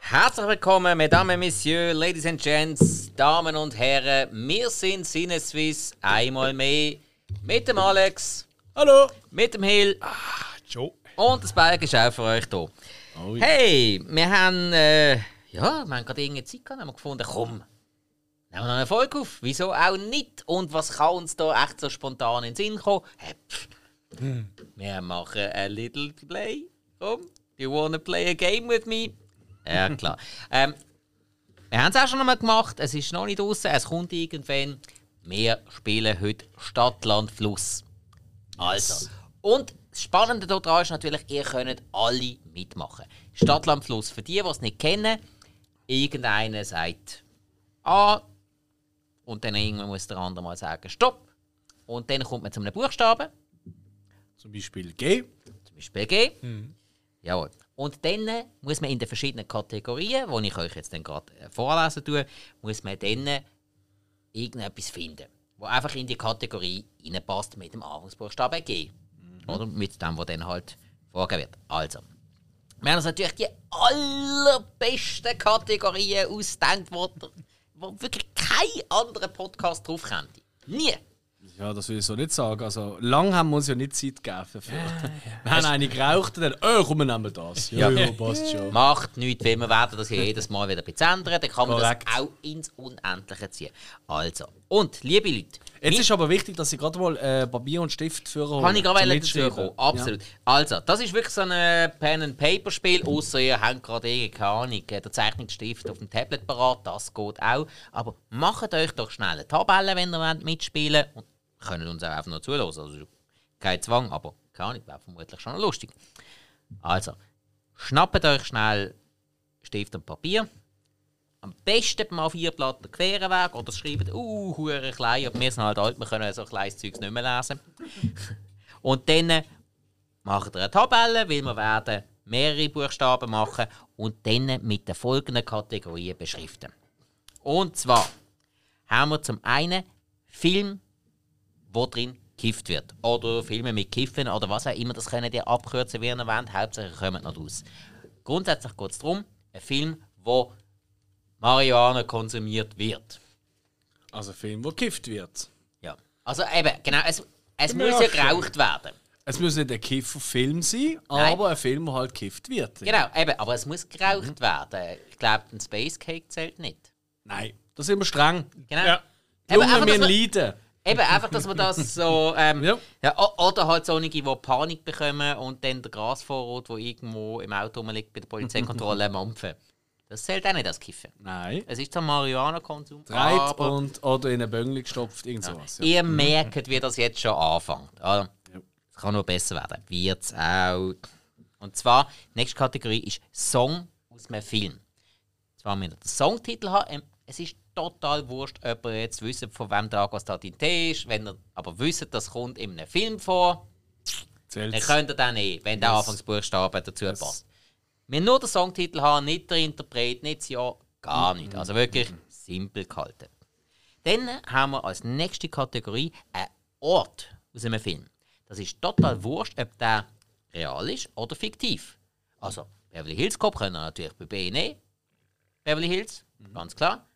Herzlich willkommen, Mesdames, Messieurs, Ladies and Gents, Damen und Herren. Wir sind Sinneswiss einmal mehr mit dem Alex, Hallo! mit dem Hill Joe. und das Berg ist auch für euch da. Oh ja. Hey, wir haben, äh, ja, wir haben gerade irgendeine Zeit gehabt, haben wir gefunden, komm, nehmen wir noch eine Folge auf. Wieso auch nicht? Und was kann uns da echt so spontan in den Sinn kommen? Hey, pff. Hm. Wir machen a little play. Komm, you wanna play a game with me? Ja, klar. ähm, wir haben es auch schon einmal gemacht, es ist noch nicht draußen, es kommt irgendwann. Wir spielen heute Stadt, Land, Fluss. Also. Und das Spannende daran ist natürlich, ihr könnt alle mitmachen. Stadtland Fluss, für die, die es nicht kennen, irgendeiner sagt A und dann irgendwann muss der andere mal sagen Stopp. Und dann kommt man zu einem Buchstaben, Zum Beispiel G. zum Beispiel G. Jawohl. Und dann muss man in den verschiedenen Kategorien, die ich euch jetzt dann gerade äh, vorlesen tue, muss man dann irgendetwas finden, wo einfach in die Kategorie reinpasst mit dem Anfangsbuchstaben G. Oder mit dem, was dann halt vorgegeben wird. Also, wir haben uns natürlich die allerbesten Kategorien ausgedacht, wo, wo wirklich kein anderer Podcast drauf könnte. Nie! Ja, das will ich so nicht sagen. Also, lang haben wir uns ja nicht Zeit gegeben dafür. Wir haben eine geraucht und dann, oh, komm, wir nehmen das. Ja, ja, passt schon. Macht nichts, weil wir werden das ja jedes Mal wieder ein bisschen ändern. Dann kann man Korrekt. das auch ins Unendliche ziehen. Also, und liebe Leute, Jetzt ist aber wichtig, dass ich gerade mal äh, Papier und Stift führe. kann ich gerade dazu kommen. Absolut. Also, das ist wirklich so ein äh, Pen-and-Paper-Spiel, außer ihr habt gerade eh, keine Ahnung, äh, der Zeichnungsstift auf dem Tablet parat, das geht auch. Aber macht euch doch schnell eine Tabelle, wenn ihr wollt mitspielen wollt. Und könnt uns auch einfach noch zuhören. Also, kein Zwang, aber keine Ahnung, wäre vermutlich schon noch lustig. Also, schnappt euch schnell Stift und Papier. Am besten beim A4-Blatt den queren Weg oder schreibt, uh, hure klein, aber wir sind halt alt, wir können so kleines Zeugs nicht mehr lesen. Und dann äh, macht ihr eine Tabelle, weil wir werden mehrere Buchstaben machen und dann mit den folgenden Kategorien beschriften. Und zwar haben wir zum einen Film, wo drin gekifft wird. Oder Filme mit Kiffen oder was auch immer, das können die abkürzen, wie ihr wollt. Hauptsächlich kommen noch raus. Grundsätzlich geht es darum, ein Film, wo Marihuana konsumiert wird. Also, ein Film, der gekifft wird. Ja. Also eben, genau, es, es Ja, muss ja schon. geraucht werden. Es muss nicht ein Kiffer-Film sein, Nein. aber ein Film, der halt gekifft wird. Genau, eben, aber es muss geraucht werden. Ich glaube, ein Space Cake zählt nicht. Nein, da sind wir streng. Genau. Ja. Eben, Jungen, einfach, dass wir man- leiden. Eben, einfach, dass man das so. Ähm, ja. Ja. o- oder halt solche, die Panik bekommen und dann der Grasvorrat, der irgendwo im Auto rumliegt, bei der Polizeikontrolle mampfen. Das zählt auch nicht als Kiffen. Nein. Es ist zwar Marihuana-Konsum, Dreit aber und oder in eine Böngel gestopft, irgend sowas. Ja. ihr merkt, wie das jetzt schon anfängt. Also, Es kann nur besser werden. Wird's auch. Und zwar, die nächste Kategorie ist Song aus einem Film. Zwar müssen wir den Songtitel haben. ähm, Es ist total wurscht, ob ihr jetzt wisst, von wem der Agastatin T ist. Wenn ihr aber wisst, das kommt in einem Film vor, dann Zählt's. könnt ihr den eh, wenn der Anfangsbuchstabe dazu passt. Wir nur den Songtitel haben, nicht der Interpret, nicht das Jahr, gar nicht. Also wirklich simpel gehalten. Dann haben wir als nächste Kategorie einen Ort aus einem Film. Das ist total wurscht, ob der real ist oder fiktiv. Also, Beverly Hills Cop können wir natürlich bei B nehmen. Beverly Hills, ganz klar.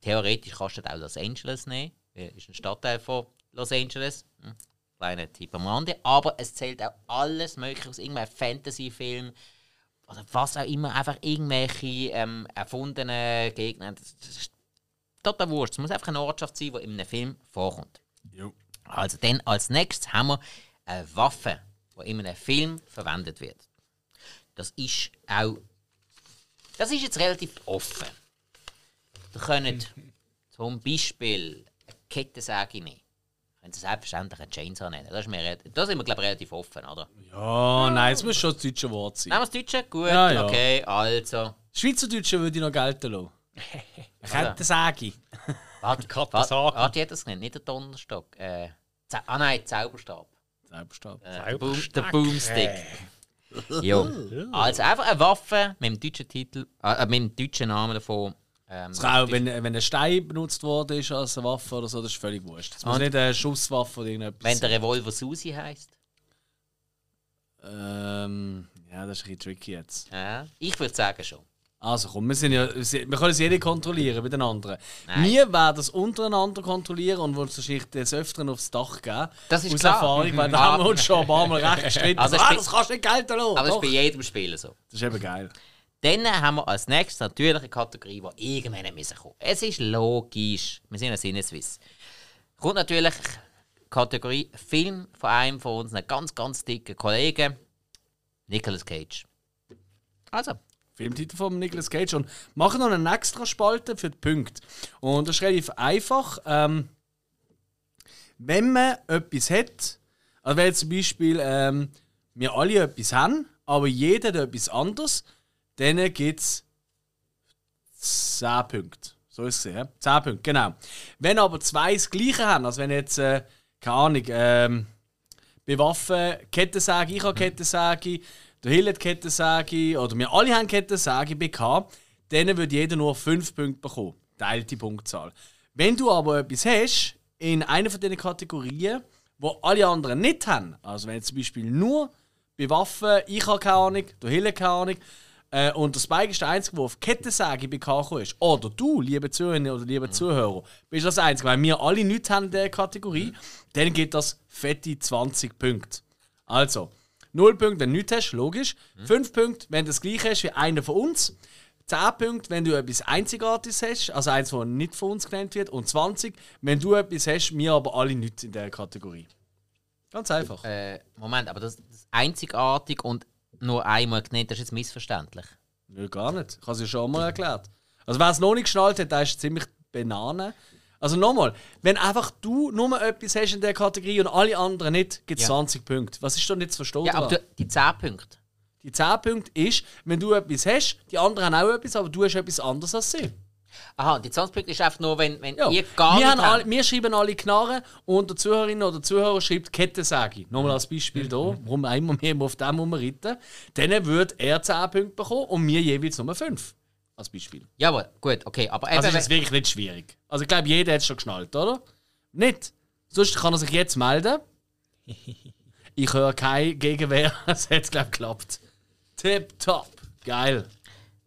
Theoretisch kannst du auch Los Angeles nehmen. Äh, Ist ein Stadtteil von Los Angeles. Hm. Kleiner Tipp am Rande. Aber es zählt auch alles Mögliche aus irgendeinem Fantasy-Film oder was auch immer. Einfach irgendwelche ähm, erfundenen Gegner. Das das ist total wurscht. Es muss einfach eine Ortschaft sein, die in einem Film vorkommt. Jo. Also dann als nächstes haben wir eine Waffe, die in einem Film verwendet wird. Das ist auch. Das ist jetzt relativ offen. Ihr könnt zum Beispiel eine Kettensäge nehmen. Ihr könnt selbstverständlich einen Chainsaw nennen. Das, ist mir, re- das sind wir, glaube ich, relativ offen, oder? Ja, nein, es muss schon das deutsche Wort sein. Nehmen wir das Deutsche? Gut, Ja, ja. okay, also. Schweizerdeutsche würde ich noch gelten lassen. Kettensäge. Warte, Katze warte, sagen. warte, hat das genannt? Nicht der Donnerstock. Äh, Zau- ah nein, Zauberstab. Selbststab. Äh, der, Boom, der Boomstick. jo. Also einfach eine Waffe mit dem deutschen Titel, äh, äh, mit dem deutschen Namen davon. Ähm, Das kann Also Auch wenn, wenn ein Stein benutzt worden ist als eine Waffe oder so, das ist völlig wurscht. Das muss Und- nicht eine Schusswaffe oder irgendetwas wenn der Revolver Susi heißt. sein. Ähm, ja, das ist ein bisschen tricky jetzt. Ja, ich würde sagen schon. Also komm, wir, sind ja, wir können es jede kontrollieren bei den anderen. Wir werden es untereinander kontrollieren und wollen es wahrscheinlich des Öfteren aufs Dach geben. Das ist Aus klar. Mhm. Erfahrung, weil da haben wir uns schon ein paar Mal recht gestritten. Also Also, es ah, bin- Also das kannst du nicht gelten lassen. Aber das ist Doch. bei jedem Spielen so. Das ist eben geil. Dann haben wir als nächstes natürlich eine Kategorie, die irgendwann kommen müssen. kommen. Es ist logisch. Wir sind ein Sinneswiss. Kommt natürlich die Kategorie Film von einem von unseren ganz, ganz dicken Kollegen, Nicolas Cage. Also, Filmtitel von Nicolas Cage und machen noch eine extra Spalte für die Punkte. Und das ist relativ einfach. Ähm, wenn man etwas hat, also wenn jetzt zum Beispiel ähm, wir alle etwas haben, aber jeder hat etwas anderes, dann gibt es 10 Punkte. So ist es gesehen. hä? 10 Punkte, genau. Wenn aber zwei das Gleiche haben, also wenn jetzt, äh, keine Ahnung, ähm, bei Waffen Kettensäge, ich habe Kettensäge, der Hill hat Kettensäge oder wir alle haben Kettensäge BK, denen würde jeder nur 5 Punkte bekommen. Teilt die Punktzahl. Wenn du aber etwas hast in einer von diesen Kategorien, wo alle anderen nicht haben, also wenn jetzt zum Beispiel nur bei Waffen, ich habe keine Ahnung, der Hill hat keine Ahnung, äh, und der Spike ist der Einzige, der auf Kettensäge BK gekommen ist. Oder du, liebe Zuhörer oder liebe Zuhörer, bist das Einzige. Weil wir alle nichts haben in dieser Kategorie, dann gibt das fette 20 Punkte. Also, 0 Punkte, wenn du nichts hast, logisch. 5 Punkte, wenn du das gleiche hast wie einer von uns. 10 Punkte, wenn du etwas Einzigartiges hast, also eins, das nicht von uns genannt wird. Und 20, wenn du etwas hast, wir aber alle nichts in dieser Kategorie. Ganz einfach. äh, Moment, aber das, das einzigartig und nur einmal genannt, das ist jetzt missverständlich. Nö, gar nicht. Ich habe es ja schon mal erklärt. Also wer es noch nicht geschnallt hat, der ist ziemlich Banane. Also nochmal, wenn einfach du nur etwas hast in der Kategorie und alle anderen nicht, gibt es Ja. 20 Punkte. Was ist denn jetzt zu verstehen? Ja, aber daran? du, die 10 Punkte. die 10 Punkte ist, wenn du etwas hast, die anderen haben auch etwas, aber du hast etwas anderes als sie. Aha, die 20 Punkte ist einfach nur, wenn, wenn Ja. ihr gar wir, nicht haben habt. alle, wir schreiben alle Knarren und der Zuhörerin oder der Zuhörer schreibt Kettensäge. Nochmal als Beispiel hier, warum einmal mehr auf dem rumreiten. Dann würde er 10 Punkte bekommen und wir jeweils nur 5. Als Beispiel. Jawohl, gut, okay. Aber eben, Also ist es wirklich nicht schwierig. Also ich glaube, jeder hat es schon geschnallt, oder? Nicht. Sonst kann er sich jetzt melden. Ich höre keine Gegenwehr. Es hat, glaube ich, geklappt. Tip top. Geil.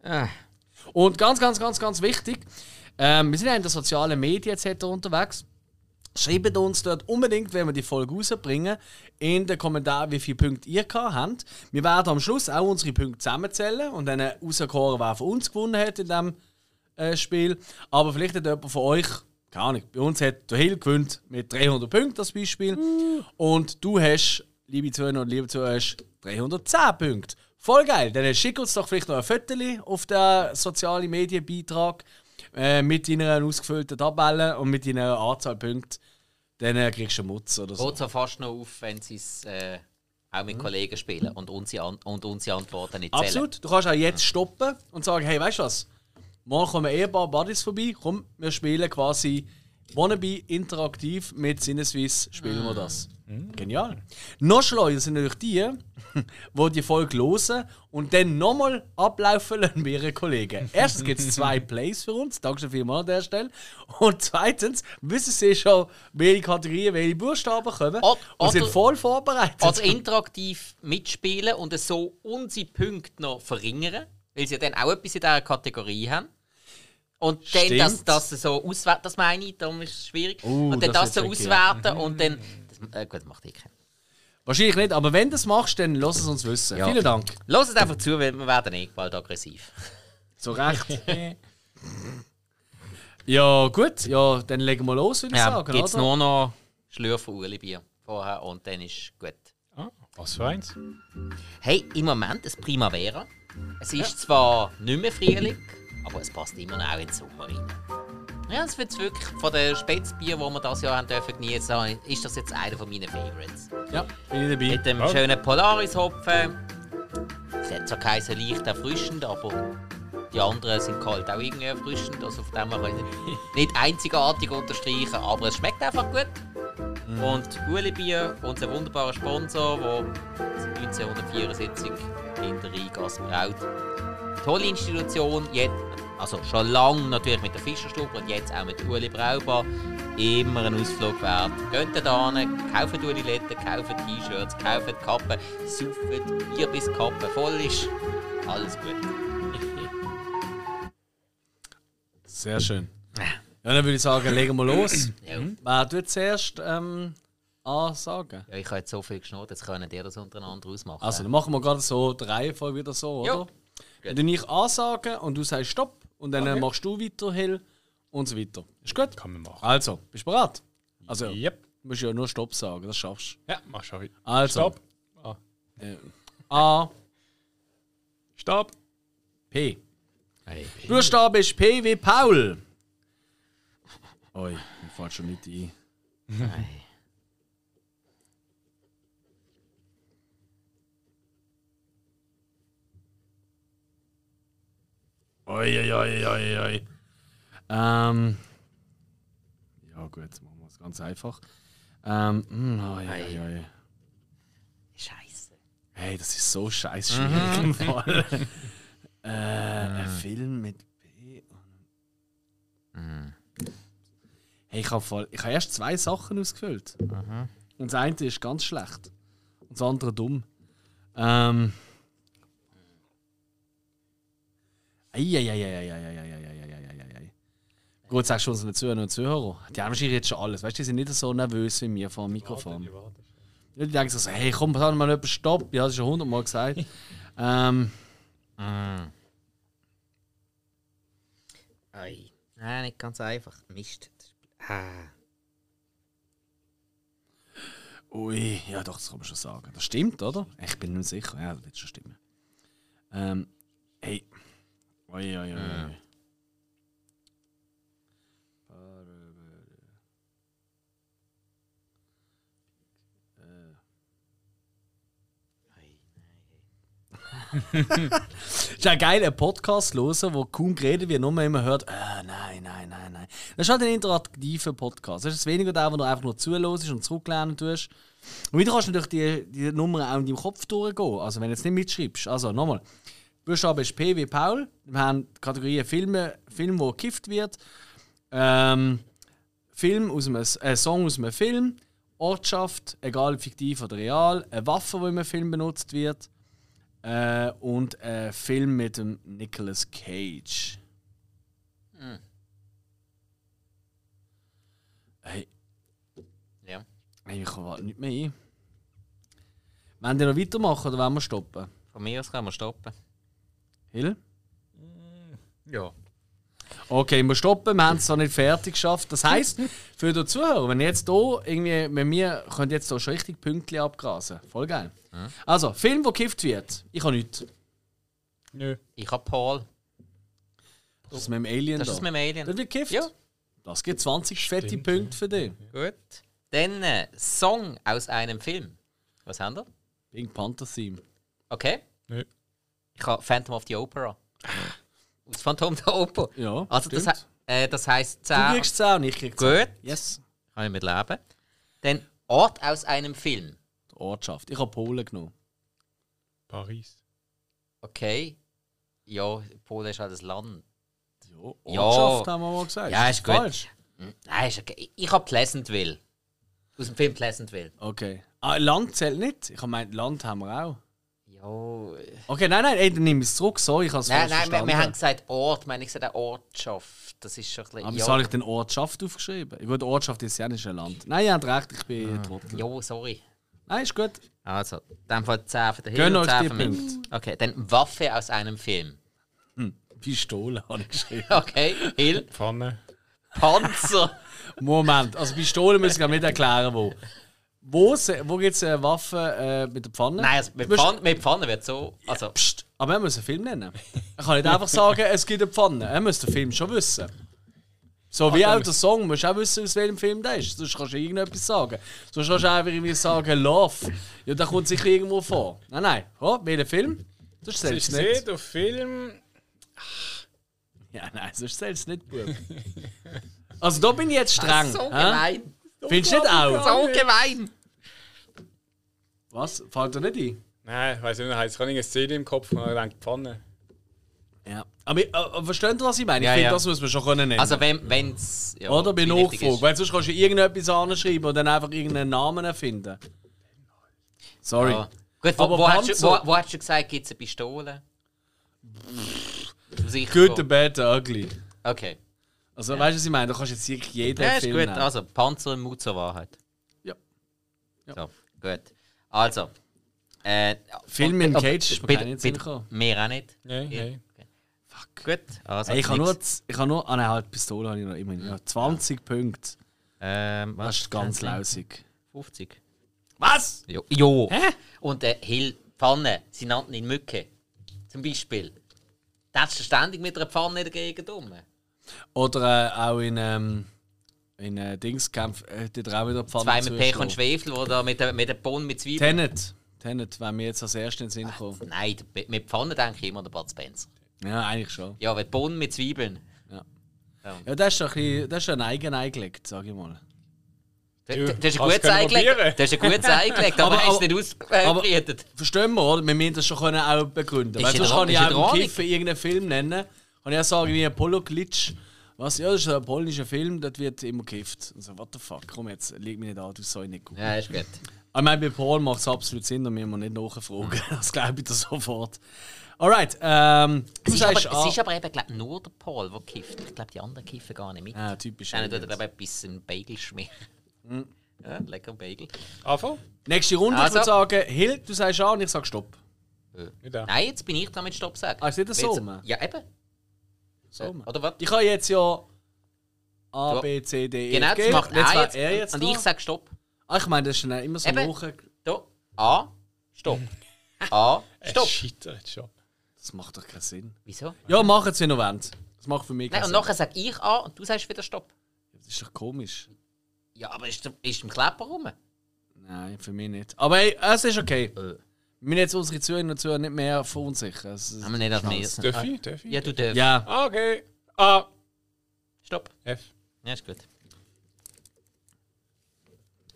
Ah. Und ganz, ganz, ganz, ganz wichtig, ähm, wir sind ja in den sozialen Medien etc. unterwegs. Schreibt uns dort unbedingt, wenn wir die Folge rausbringen, in den Kommentaren, wie viele Punkte ihr gehabt habt. Wir werden am Schluss auch unsere Punkte zusammenzählen und dann raushören, wer von uns gewonnen hat in diesem äh, Spiel. Aber vielleicht hat jemand von euch, keine Ahnung, bei uns hat der Hill gewinnt mit 300 Punkten als Beispiel. Und du hast, liebe Zuhörer und liebe Zuhörer, hast 310 Punkte. Voll geil. Dann schick uns doch vielleicht noch ein Foto auf den sozialen Medienbeitrag äh, mit deiner ausgefüllten Tabelle und mit deiner Anzahl Punkte. Dann äh, kriegst du einen Mutz oder so. Geht so fast noch auf, wenn sie es äh, auch mit Kollegen spielen und unsere, An und unsere Antworten nicht zählen. Mhm. Absolut. Du kannst auch jetzt stoppen und sagen, hey, weißt du was? Morgen kommen eh ein paar Buddies vorbei. Komm, wir spielen quasi Wannabe interaktiv mit Sinneswiss spielen wir das. Genial. Noch schleuer sind natürlich die, die die Folge hören und dann nochmal ablaufen lassen mit ihren Kollegen. Erstens gibt es zwei Plays für uns, danke schon vielmals an der Stelle. Und zweitens wissen sie schon, welche Kategorien, welche Buchstaben kommen Oder- und sind oder- voll vorbereitet. Also interaktiv mitspielen und so unsere Punkte noch verringern, weil sie ja dann auch etwas in dieser Kategorie haben. Und dann Stimmt. das, das so auswerten, das meine ich, darum ist es schwierig. Uh, und dann das, das so ist tricky, Mhm. auswerten und dann. Das, äh, gut, macht eh keinen. Wahrscheinlich nicht, aber wenn du das machst, dann lass es uns wissen. Ja. Vielen Dank. Los es einfach zu, weil wir werden eh bald aggressiv. Zu Recht. ja, gut. Ja, dann legen wir los, würde ich Ja, sagen. gibt es oder? nur noch Schlürfen Ueli-Bier vorher und dann ist gut. Ah, was für eins? Hey, im Moment ist Primavera. Es ist zwar nicht mehr Frühling, aber es passt immer noch auch in den Sommer rein. Ja, es wird wirklich von den Spätzbier, die wir dieses Jahr haben dürfen genießen haben, ist das jetzt einer meiner Favorites. Ja, bin ich dabei. Mit dem Ja. schönen Polaris-Hopfen. Es hat zwar keinen leicht erfrischend, aber die anderen sind kalt auch irgendwie erfrischend. Also von dem her kann ich nicht einzigartig unterstreichen, aber es schmeckt einfach gut. Und Ueli Bier, unser wunderbarer Sponsor, der seit 1974 in der Rheingasse braut. Tolle Institution, jetzt, also schon lange natürlich mit der Fischerstube und jetzt auch mit Ueli Braubar. Immer ein Ausflug wert. Geht da hin, kauft Ueli-Letten, kauft T-Shirts, kauft Kappen, sauft Bier bis die Kappe voll ist. Alles gut. Sehr schön. Ja, dann würde ich sagen, legen wir los. Ja. Wer tut zuerst ähm, ansagen? Ja, ich habe jetzt so viel geschnurrt, jetzt können ihr das untereinander ausmachen. Also, dann machen wir gerade so die Reihenfolge wieder so, oder? Ja. Ja. Dann tue ich ansagen und du sagst Stopp und dann äh, machst du weiter, Hill und so weiter. Ist gut? Kann man machen. Also, bist du bereit? Also, Yep. Ah, du musst ja nur Stopp sagen, das schaffst Ja, mach schon wieder. du. Also, Stopp. Ah. A, Stopp. P. Hey. Buchstabe ist P wie Paul. Oi, mir fällt schon nicht ein. Oi, oi, oi, oi, oi. Ähm. Ja, gut, jetzt machen wir es ganz einfach. Ähm, mh, oi, oi, oi. Scheiße. Hey, das ist so scheiß schwierig im Fall. äh, ein Film mit B und. Hey, ich habe voll, ich habe erst zwei Sachen ausgefüllt. Und das eine ist ganz schlecht. Und das andere dumm. Ähm. Eieieiei. Gut, sagst du unseren Zuhörern und Zuhörer. Die haben wahrscheinlich jetzt schon alles. Weißt du, die sind nicht so nervös wie mir vor dem Mikrofon. Ja, die denken sich so, hey, komm, sag mal jemand Stopp. Ja, das ist schon hundertmal gesagt. ähm, Ei. Nein, nicht ganz einfach. Mist. Ah. ui, ja doch, das kann man schon sagen. Das stimmt, oder? Ich bin nicht sicher. Ja, das wird schon stimmen. Ähm, hey. Ui, ui, ui. ui. ist ja geil, einen Podcast hören, wo kaum geredet wird, nur man immer hört, äh, nein, nein, nein, nein. Das ist halt ein interaktiver Podcast. Das ist weniger der, wo du einfach nur zuhörst und zurücklernen tust. Und wieder kannst du natürlich die, die Nummern auch in deinem Kopf durchgehen, also wenn du jetzt nicht mitschreibst. Also nochmal, Buchstabe ist P wie Paul. Wir haben die Kategorie Filme, Film, wo gekifft wird. Ähm, Film aus einem, äh, Song aus einem Film, Ortschaft, egal ob fiktiv oder real, eine Waffe, die im Film benutzt wird äh, und ein Film mit dem Nicolas Cage. Hey, Ja. hey, ich komme halt nicht mehr ein. Wollen wir noch weitermachen oder wollen wir stoppen? Von mir aus können wir stoppen. Hill? Ja. Okay, wir stoppen, wir haben es noch nicht fertig geschafft. Das heisst, für die Zuhörer, wenn jetzt hier irgendwie, wenn wir können jetzt hier schon richtig pünktlich abgrasen. Voll geil. Also, Film, wo gekifft wird. Ich habe nichts. Nö. Ich habe Paul. Das ist mit dem Alien Das da. ist mit dem Alien. Das wird gekifft. Ja. Das gibt 20 fette Punkte für dich. Gut. Dann äh, Song aus einem Film. Was haben wir? Pink Panther Theme. Okay. Nö. Ich habe Phantom of the Opera. Aus Phantom der Oper. Ja, Also das, stimmt. he- äh, das heisst Du 10. kriegst es auch nicht. Ich krieg's auch. Gut. Yes. Kann ich mit leben. Dann Ort aus einem Film. Die Ortschaft. Ich habe Polen genommen. Paris. Okay. Ja, Polen ist halt ein Land. Ja, Ortschaft haben wir mal gesagt. Ja, ist gut. Falsch. Hm, Nein, ist okay. Ich- Ich habe Pleasantville. Aus dem Film Pleasantville. Okay. Ah, Land zählt nicht. Ich habe gemeint, Land haben wir auch. Ja. äh, Okay, nein, nein, ey, dann nimm es zurück. Sorry, ich habe es Nein, falsch nein, wir, verstanden. wir haben gesagt Ort. Ich meine, ich sage Ortschaft. Das ist schon ein Aber bisschen. wieso Ja, habe ich denn Ortschaft aufgeschrieben? Ich wollte Ortschaft ist ja nicht ein Land. Nein, ihr habt recht, ich bin ein Trottel. ja, sorry. Nein, ist gut. Also, in dem Fall 10 für den Gönn Hill und euch 10 die für mich. Okay, dann Waffe aus einem Film. Pistole habe ich geschrieben. Okay, Hill, Pfanne. Panzer. Moment, also Pistole müssen wir nicht erklären, wo. Wo, se- wo gibt es eine Waffe äh, mit der Pfanne? Nein, also mit, Du musst- Pfanne, mit Pfanne wird so. Also, Psst, aber er muss einen Film nennen. Er kann nicht einfach sagen, es gibt eine Pfanne. Er muss den Film schon wissen. So wie auch der Song, musst du auch wissen, aus welchem Film der ist. Sonst kannst du irgendetwas sagen. Sonst kannst du einfach irgendwie sagen, Love. Ja, da kommt sicher irgendwo vor. Nein, nein. Oh, welcher Film? Sonst Ich zählst du sehe nicht. den Film. Ja, nein, sonst zählst du nicht, Bub. Also da bin ich jetzt streng. so hä? gemein. Findest du nicht auch? So gemein. Was? Fällt dir nicht ein? Nein, ich weiß nicht, heißt. Ich habe eine Szene im Kopf und habe gedacht, Pfanne. Ja. Aber äh, äh, versteht ihr, was ich meine? Ich Ja, finde, ja. das muss man schon können nennen. Also, wenn wenn's ja, Oder bei die richtig Nachfrage. ist. Weil sonst kannst du irgendetwas anschreiben und dann einfach irgendeinen Namen erfinden. Sorry. Ja. Gut, wo, Aber wo, hast du, Panzer- wo, wo hast du gesagt, gibt es eine Pistole? Sicher. Good, the bad, the ugly. Okay. Also, weißt du, was ich meine? Da kannst du jetzt wirklich jeden Ja, ist Film gut. nehmen. Also, Panzer und Mut zur Wahrheit. Ja. Ja. So, gut. Also. Äh, Film in ob- Cage ist mir bitte- keiner in den Sinn bitte- gekommen. Mir auch nicht. Nein, nein. Fuck. Gut. Also, Ey, ich habe nix. nur, z- ich habe nur, ah nein, halt Pistole habe ich noch immerhin. Ja, 20 Punkte. Ähm, Das ist ganz Zehn, lausig. 50. Was? Jo. jo. Hä? Und äh, Hill, Pfanne, sie nannten ihn Mücke. Zum Beispiel. Da hast du ständig mit einer Pfanne dagegen dumm. Oder äh, auch in, ähm, in äh, Dingskampf, äh, die drei wieder Pfanne. Zwei mit Pech zugeschlagen. und Schwefel, wo da mit der, mit der Bohnen mit Zwiebeln. Tenet. Tenet, wenn mir jetzt als erstes in den Sinn kommt. Nein, d- mit Pfanne denke ich immer an den Bud Spencer. Ja, eigentlich schon. Ja, weil Bohnen mit Zwiebeln. Ja, das ist schon ein, bisschen, das ist schon ein eigen eingelegt, sag ich mal. Du, du, hast Du, ein kannst gutes es gerne eingelegt. probieren. Du hast ein gutes eingelegt, aber, Aber- hast du es nicht aber- ausgebrütet. Verstehen wir, oder? Wir müssen das schon können auch begründen. Ist Weil in sonst Ordnung, kann ich ist in auch im Ordnung. Kiffen irgendeinen Film nennen. Kann ich auch sagen, wie Apollo Glitch. Was? Ja, das ist ein polnischer Film, dort wird immer gekifft. Also, what the fuck, komm jetzt, leg mich nicht an, du sollst nicht gut. Ja, ist gut. Ich meine, bei Porn macht es absolut Sinn, da müssen wir nicht nachfragen. Das glaube ich dir sofort. Alright, ähm, du Es ist, sagst aber, es A. ist aber eben glaub, nur der Paul, der kifft. Ich glaube, die anderen kiffen gar nicht mit. Ah, typisch. Dann tut er, Aliens. glaube ich, ein bisschen Bagel schmieren. Hm. Ja, lecker Bagel. Anfang? Nächste Runde, Also. ich würde sagen, Hill, du sagst A und ich sage Stopp. Nicht auch. Nein, jetzt bin ich dran mit Stopp sagen. Ah, ist nicht das Jetzt- so? Ja, eben. So, Mann. Oder was? Ich habe jetzt ja A, Du- B, C, D, E, Genau, F, G. das macht jetzt A war jetzt, er jetzt und dran. ich sage Stopp. Ah, ich meine, das ist dann immer so Eben. hoch. Da. A. Stopp. A. Stopp. Stopp. Scheitert schon. Das macht doch keinen Sinn. Wieso? Ja, mach jetzt, wie ihr wollt. Das macht für mich keinen Nein, und Sinn. nachher sage ich A und du sagst wieder Stopp. Das ist doch komisch. Ja, aber ist, ist im Kleber rum? Nein, für mich nicht. Aber ey, es ist okay. Äh. Wir müssen jetzt unsere Zuhörer und Zuhörer nicht mehr verunsichern. Es ist- Haben wir nicht das Messer. Darf ich? Darf ich? Ja, du darfst. Ja. Ah, okay. A. Stopp. F. Ja, ist gut.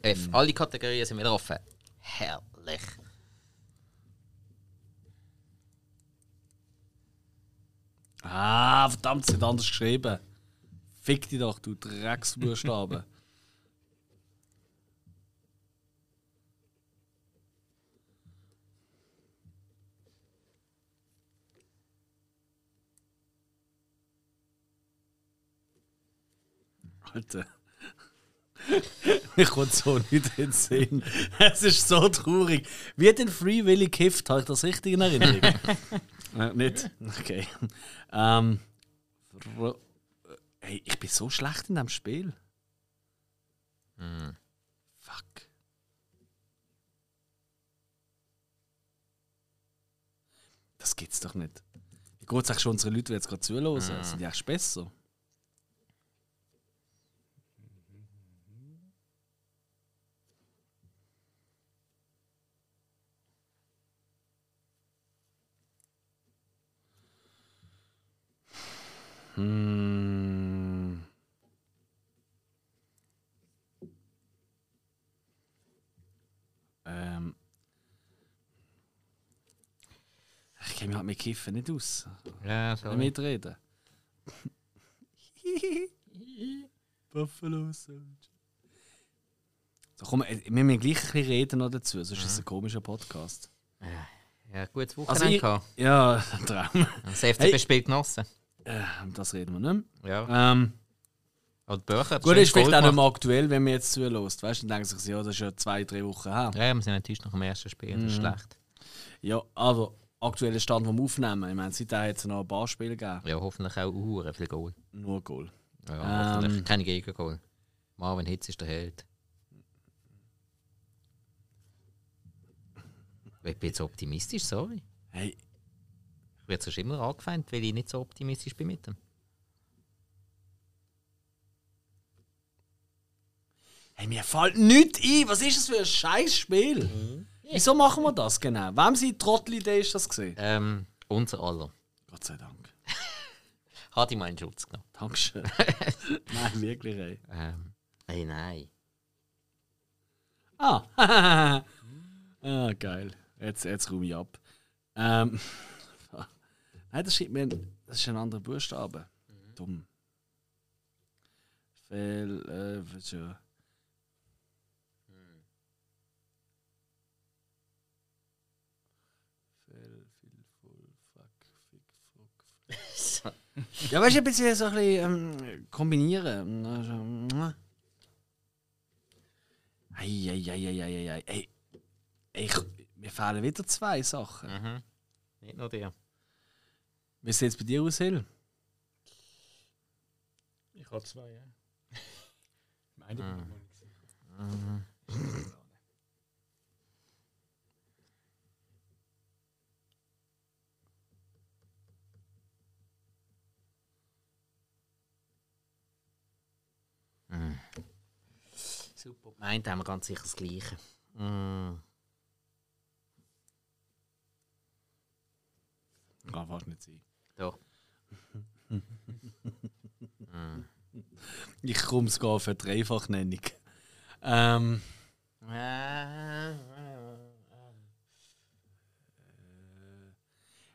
F. Alle Kategorien sind wieder offen. Herrlich. Ah, verdammt, es hat anders geschrieben. Fick dich doch, du Drecksbuchstaben. Alter. Ich komme so nicht in den Sinn. Es ist so traurig. Wie den Free Willy kifft, habe ich das richtig in Erinnerung? Äh, nicht? Okay. Ähm, Ro- hey, ich bin so schlecht in dem Spiel. Fuck. Das gibt's doch nicht. Ich gut sag schon, unsere Leute, die jetzt gerade zuhören, sind ja echt besser. Hm. Ähm. Ich kenne mich halt mit Kiffen nicht aus. Ja, Kann ich mitreden? Buffalo Soldier. So, komm, äh, wir müssen gleich ein bisschen reden noch dazu, sonst ist es ein komischer Podcast. Ja, gutes Also Wochenende. ich, gehabt. ja, Traum. das FCB Hey. spielt genossen. Äh, Das reden wir nicht Ja. mehr. Ähm, Und die Bücher. Gut, ist vielleicht auch nicht mehr aktuell, wenn man jetzt zulässt. Weißt du, dann denken sie sich, ja, das ist ja zwei, drei Wochen her. Ja, wir sind enttäuscht nach dem ersten Spiel. Mhm. Das ist schlecht. Ja, aber aktueller Stand vom Aufnehmen. Ich meine, seitdem hat es noch ein paar Spiele gegeben. Ja, hoffentlich auch Uhren, viel Goal. Nur Goal. Ja, hoffentlich. Ähm. Keine Gegengoal. Marvin Hitz ist der Held. Ich bin jetzt optimistisch, sorry. Hey, Ich werde sonst immer angefeindet, weil ich nicht so optimistisch bin mit dem. hey mir fällt nichts ein. Was ist das für ein scheiß Spiel? Wieso machen wir das genau? Wem sie Trottel-Idee ist das gesehen? Ähm, unser aller. Gott sei Dank. Hat ihm einen Schutz genommen. Dankeschön. Nein, wirklich, ey. Ähm, ey, nein. Ah, ah geil. Jetzt, jetzt räume ich ab. Ähm, nein, das schreibt mir ein, das ist ein anderer Buchstabe. Dumm. Fel, äh, was ja. Fel, viel, voll, fuck, fick, fuck. Ja, weißt du, ein bisschen so ein bisschen ähm, kombinieren. Also, mua. Ei, ei, ei, ei, ei, ei, ei. Ey, ich, mir fehlen wieder zwei Sachen. Mhm. Nicht nur dir. Wie sieht es bei dir aus, Hill? Ich habe zwei, ja. Meine Ah. ich noch nicht gesehen. Super. Meint haben wir ganz sicher das Gleiche. Mm, Kann fast nicht sein. Doch. Ich komme es gar für die Dreifachnennung. Ähm,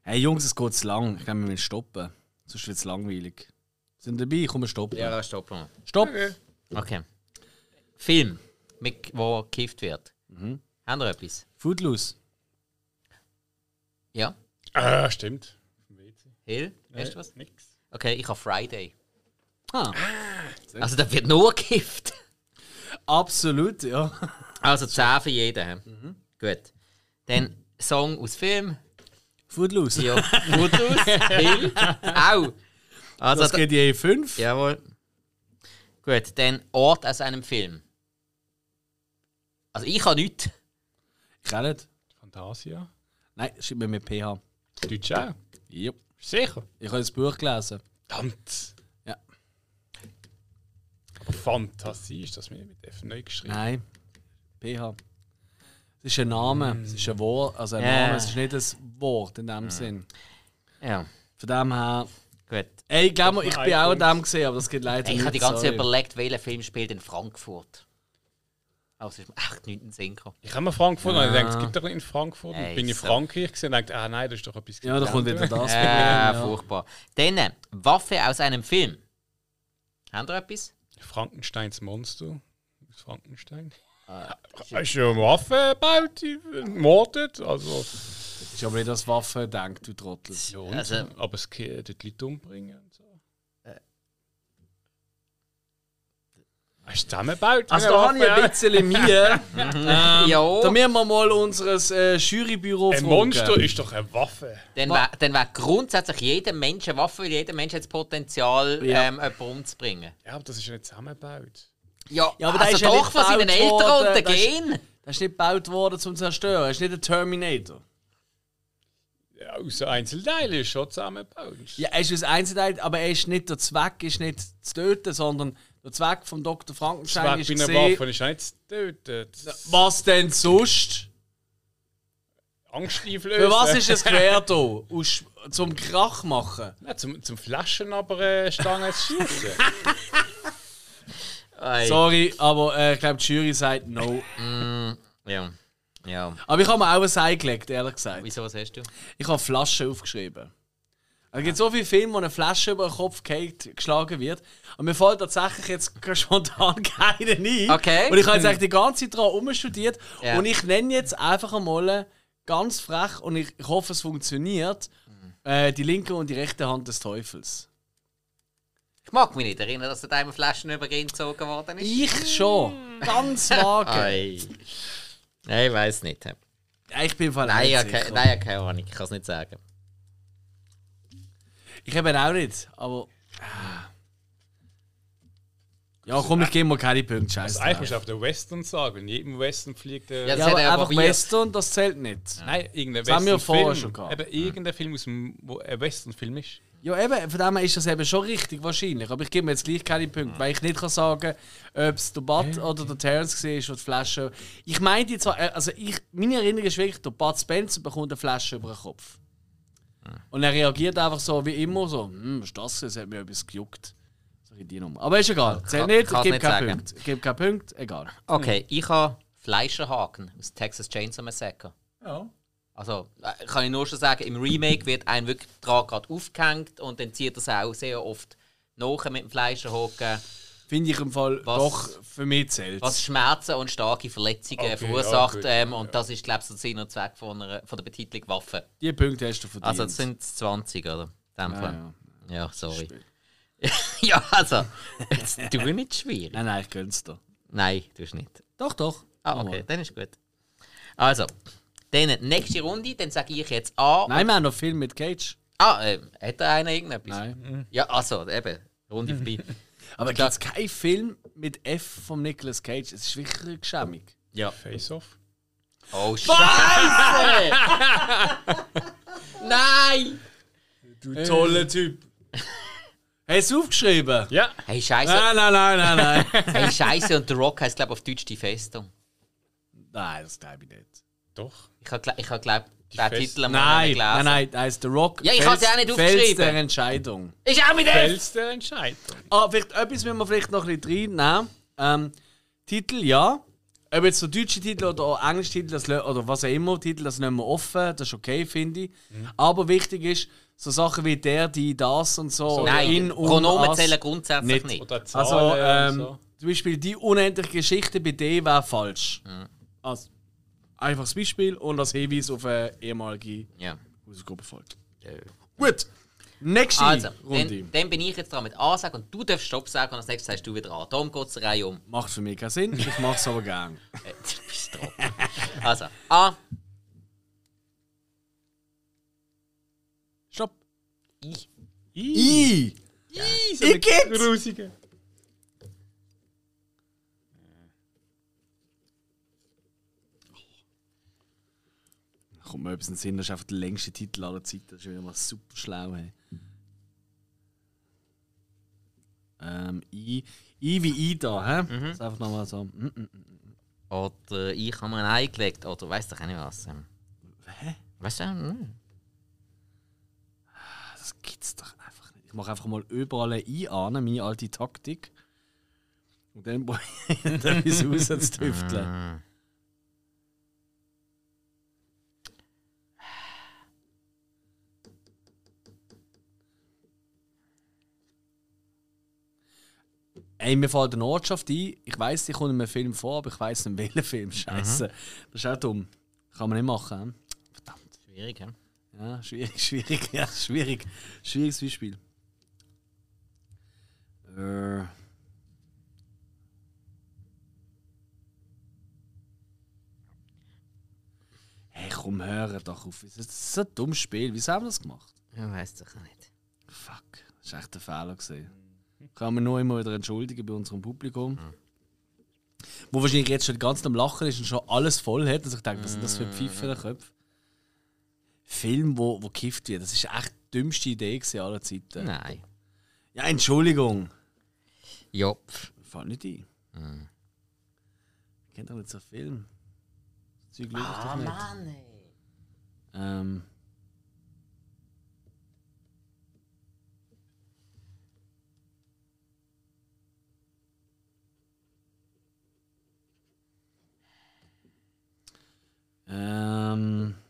hey Jungs, es geht zu lang. Ich glaube, wir müssen stoppen. Sonst wird es langweilig. Sind ihr dabei? Komm, wir stoppen. Ja, da stoppen wir. Stopp! Okay. Film, mit, wo gekifft wird. Haben wir etwas? Foodloose. Ja? Ah, stimmt. Auf dem WC. Hill? Weißt du Nein, was? Nix. Okay, ich habe Friday. Ah, Also, da wird nur gekifft. absolut, ja. Also, 10 für jeden. Gut. Dann Song aus Film. Foodloose. Ja, gut aus. Hill. Auch. Also, Das da- geht je fünf. Jawohl. Gut, dann Ort aus einem Film. Also ich habe nichts. Ich auch nicht. Fantasia. Nein, schreibt mir mit PH. Deutsch auch. Jupp. Sicher. Ich habe das Buch gelesen. Verdammt. Ja. Aber Fantasie ist das mir mit F neu geschrieben. Nein. PH. Es ist ein Name. Es ist ein Wort. Also ein Ja. Name. Es ist nicht ein Wort in dem Sinn. Ja, Von dem her. gut. Ey, ich glaube, ich Ein bin auch an Punkt. dem gesehen, aber das geht leider Ich nicht. habe die ganze Zeit sorry. überlegt, welcher Film spielt in Frankfurt. Aber es ist mir echt nicht in den Sinn gekommen. Ich habe mir Frankfurt und ich denke, es gibt doch nicht in Frankfurt. Ey, ich bin in so. Frankreich gesehen und denke, ah nein, das ist doch etwas Ja, da kommt wieder gelernt. das. Äh, furchtbar. Dann äh, Waffe aus einem Film. Haben ihr etwas? Frankensteins Monster. Aus Frankenstein. Ah, Äh, ist ja eine Waffe gebaut, die mordet. Also, Ist aber nicht als Waffe denkt, du Trottel. ja, und Also- so. aber es kann die Leute umbringen und so. Äh. Ist zusammengebaut? Also wie da habe eine ich ein Waffe, bisschen Mühe. ja. Da müssen wir mal unser äh, Jurybüro ja. Ein fragen. Monster ist doch eine Waffe. Dann wäre dann wär grundsätzlich jeder Mensch eine Waffe, weil jeder Mensch hat das Potenzial, Ja. ähm, jemanden umzubringen. Ja, aber das ist ja nicht zusammengebaut. Ja, aber da also ist ja doch nicht von seinen gebaut Eltern und worden, den da ist- Gen. Das ist nicht gebaut worden zum Zerstören. Das ist nicht ein Terminator. Ja, außer Einzelteile ist schon zusammengebaut. Ja, er ist ein Einzelteil, aber er ist nicht der Zweck, ist nicht zu töten, sondern der Zweck von Dr. Frankenstein Zweck ist bei einer gesehen, Waffe ist auch nicht zu töten. Das- was denn sonst? Angst Für einflößen. was ist es quer da? Aus- Zum Krach machen? Nein, zum, zum Flaschen aber äh, Stangen zu schiessen. Ei. Sorry, aber äh, ich glaube, die Jury sagt no. Ja. Ja. Aber ich habe mir auch ein Ei gelegt, ehrlich gesagt. Wieso, was hast du? Ich habe Flasche aufgeschrieben. Also, Es gibt so viele Filme, wo eine Flasche über den Kopf geht, geschlagen wird. Und mir fällt tatsächlich jetzt spontan keine ein. Okay. Und ich habe jetzt eigentlich die ganze Zeit daran umstudiert. Ja. Und ich nenne jetzt einfach einmal ganz frech und ich, ich hoffe, es funktioniert: Mhm. äh, die linke und die rechte Hand des Teufels. Ich mag mich nicht erinnern, dass da einmal Flaschen über ihn gezogen worden ist. Ich schon. Ganz vage. Ei. Nein, ich weiß nicht. Nein, Ich bin von ich habe keine, nein, ich habe keine Ahnung, ich kann es nicht sagen. Ich eben auch nicht, aber. Ja, komm, ich gebe mal keine Punkte. Scheiße. Also, Eigentlich musst du auf den Western sagen, weil in jedem Western fliegt äh, Ja, das Ja, hat aber er ja einfach probiert. Western, das zählt nicht. Nein, irgendein Das haben wir vorher Western-Film. schon gehabt. Eben irgendein Film, aus dem, wo ein Western-Film ist. Ja, eben, von dem her ist das eben schon richtig wahrscheinlich. Aber ich gebe mir jetzt gleich keine Punkte, weil ich nicht kann sagen ob es der Bud oder der Terence war oder die Flasche. Ich meinte zwar, äh, also ich, meine Erinnerung ist wirklich, der Bud Spencer bekommt eine Flasche über den Kopf. Hm. Und er reagiert einfach so wie immer so, hm, was ist das? Es hat mir etwas gejuckt. So in die Nummer. Aber ist egal, zählt Kann- nicht, ich kann's gebe nicht keinen sagen. Punkt. Ich gebe keinen Punkt, egal. Okay, ich habe Fleischerhaken aus Texas Chainsaw Massacre. Ja. Also, äh, kann ich nur schon sagen, im Remake wird ein wirklich dran gerade aufgehängt und dann zieht das auch sehr oft nach mit dem Fleischerhaken, Finde ich im Fall Was- doch für mich zählt. was Schmerzen und starke Verletzungen Okay, verursacht. ja, gut, ähm, und das ist, glaube ich, so der Sinn und Zweck von, einer, von der Betitelung Waffe. Die Punkte hast du verdient. Also, das sind 20, oder? In dem Fall. Ah, ja. Ja. Ja, sorry. ja, also, jetzt tu nicht schwierig. Nein, nein, ich gönn's dir. Nein, du nicht. Doch, doch. Ah, okay, dann ist gut. Also, dann nächste Runde, dann sage ich jetzt A. Nein, wir haben noch viel mit Cage. Ah, äh, hat da einer irgendetwas? Nein. Ja, also, eben, Runde vorbei. Aber gibt es keinen Film mit F von Nicolas Cage? Es ist wirklich geschämig. ja. Face-Off. Oh, Scheiße! Nein! Du Äh, toller Typ. Hast du aufgeschrieben? Ja. Hey, Scheiße, Nein, nein, nein, nein, nein. hey, Scheiße und The Rock heißt, glaube ich, auf Deutsch die Festung. nein, das glaube ich nicht. Doch. Ich habe, ich hab, glaube den Festung. Titel einmal Nein, nein, nein, da ist The Rock. Ja, ich hab's ja auch nicht Fels der aufgeschrieben. Entscheidung. Ist auch mit F! Fällst der Entscheidung. Ah, vielleicht etwas müssen wir vielleicht noch ein bisschen reinnehmen. Ähm, Titel, ja. Ob jetzt so deutsche Titel oder auch englische Titel das, lö- oder was auch immer, Titel, das nehmen wir offen, das ist okay, finde ich. Aber wichtig ist, so Sachen wie der, die, das und so. oder Nein, in, um, Pronomen as. zählen grundsätzlich Nicht. nicht. Oder Zahlen Also, ähm, und so. zum Beispiel die unendliche Geschichte bei D wäre falsch. Als einfaches Beispiel und als Hinweis auf eine ehemalige Ja. Hausgruppe folgt. Gut, nächste Also, Runde. dann, dann bin ich jetzt dran mit A sagen und du darfst Stopp sagen und als nächstes sagst du wieder A. Darum geht es Reihe um. Macht für mich keinen Sinn, ich mache es aber gern. Äh, du bist dran. Also, A. Stopp. I. Ih, I. so eine Ich gibt's. grusige. Kommt mir etwas in den Sinn, das ist einfach der längste Titel aller Zeiten. Das ist wieder mal super schlau. Hey. Ähm, I. I wie Ida, hä? Das ist einfach nochmal so. Mm -mm. Oder ich habe mir einen eingelegt. Oder weißt du, kann ich was. Hä? Weißt du? hm. Das gibt's doch einfach nicht. Ich mache einfach mal überall ein I an, meine alte Taktik. Und dann probiere ich es raus zu tüfteln. Ey, mir fällt eine Ortschaft ein. Ich weiß, die kommt in einem Film vor, aber ich weiß nicht, welchen Film. Scheiße. Das ist auch dumm. Kann man nicht machen. hm? hä? Verdammt. Schwierig, hä? Ja, schwierig, schwierig, ja, schwierig. Schwieriges Beispiel. Äh. Hey, komm, hör doch auf. Das ist so ein dummes Spiel. Wieso haben wir das gemacht? Ja, weiss doch auch nicht. Fuck, das war echt ein Fehler. Gewesen. Kann man nur immer wieder entschuldigen bei unserem Publikum. Wo wahrscheinlich jetzt schon ganz am Lachen ist und schon alles voll hat. Also ich denke, was sind das für Pfeife in den Köpfen? Film, wo, wo gekifft wird, das ist echt die dümmste Idee gewesen aller Zeiten. Nein. Ja, Entschuldigung. Ja. pff. Fällt nicht ein. Ich kenne doch nicht so einen Film. Das Zeug schaue ich doch nicht. Ah, Mann, ey. Ähm. Ähm.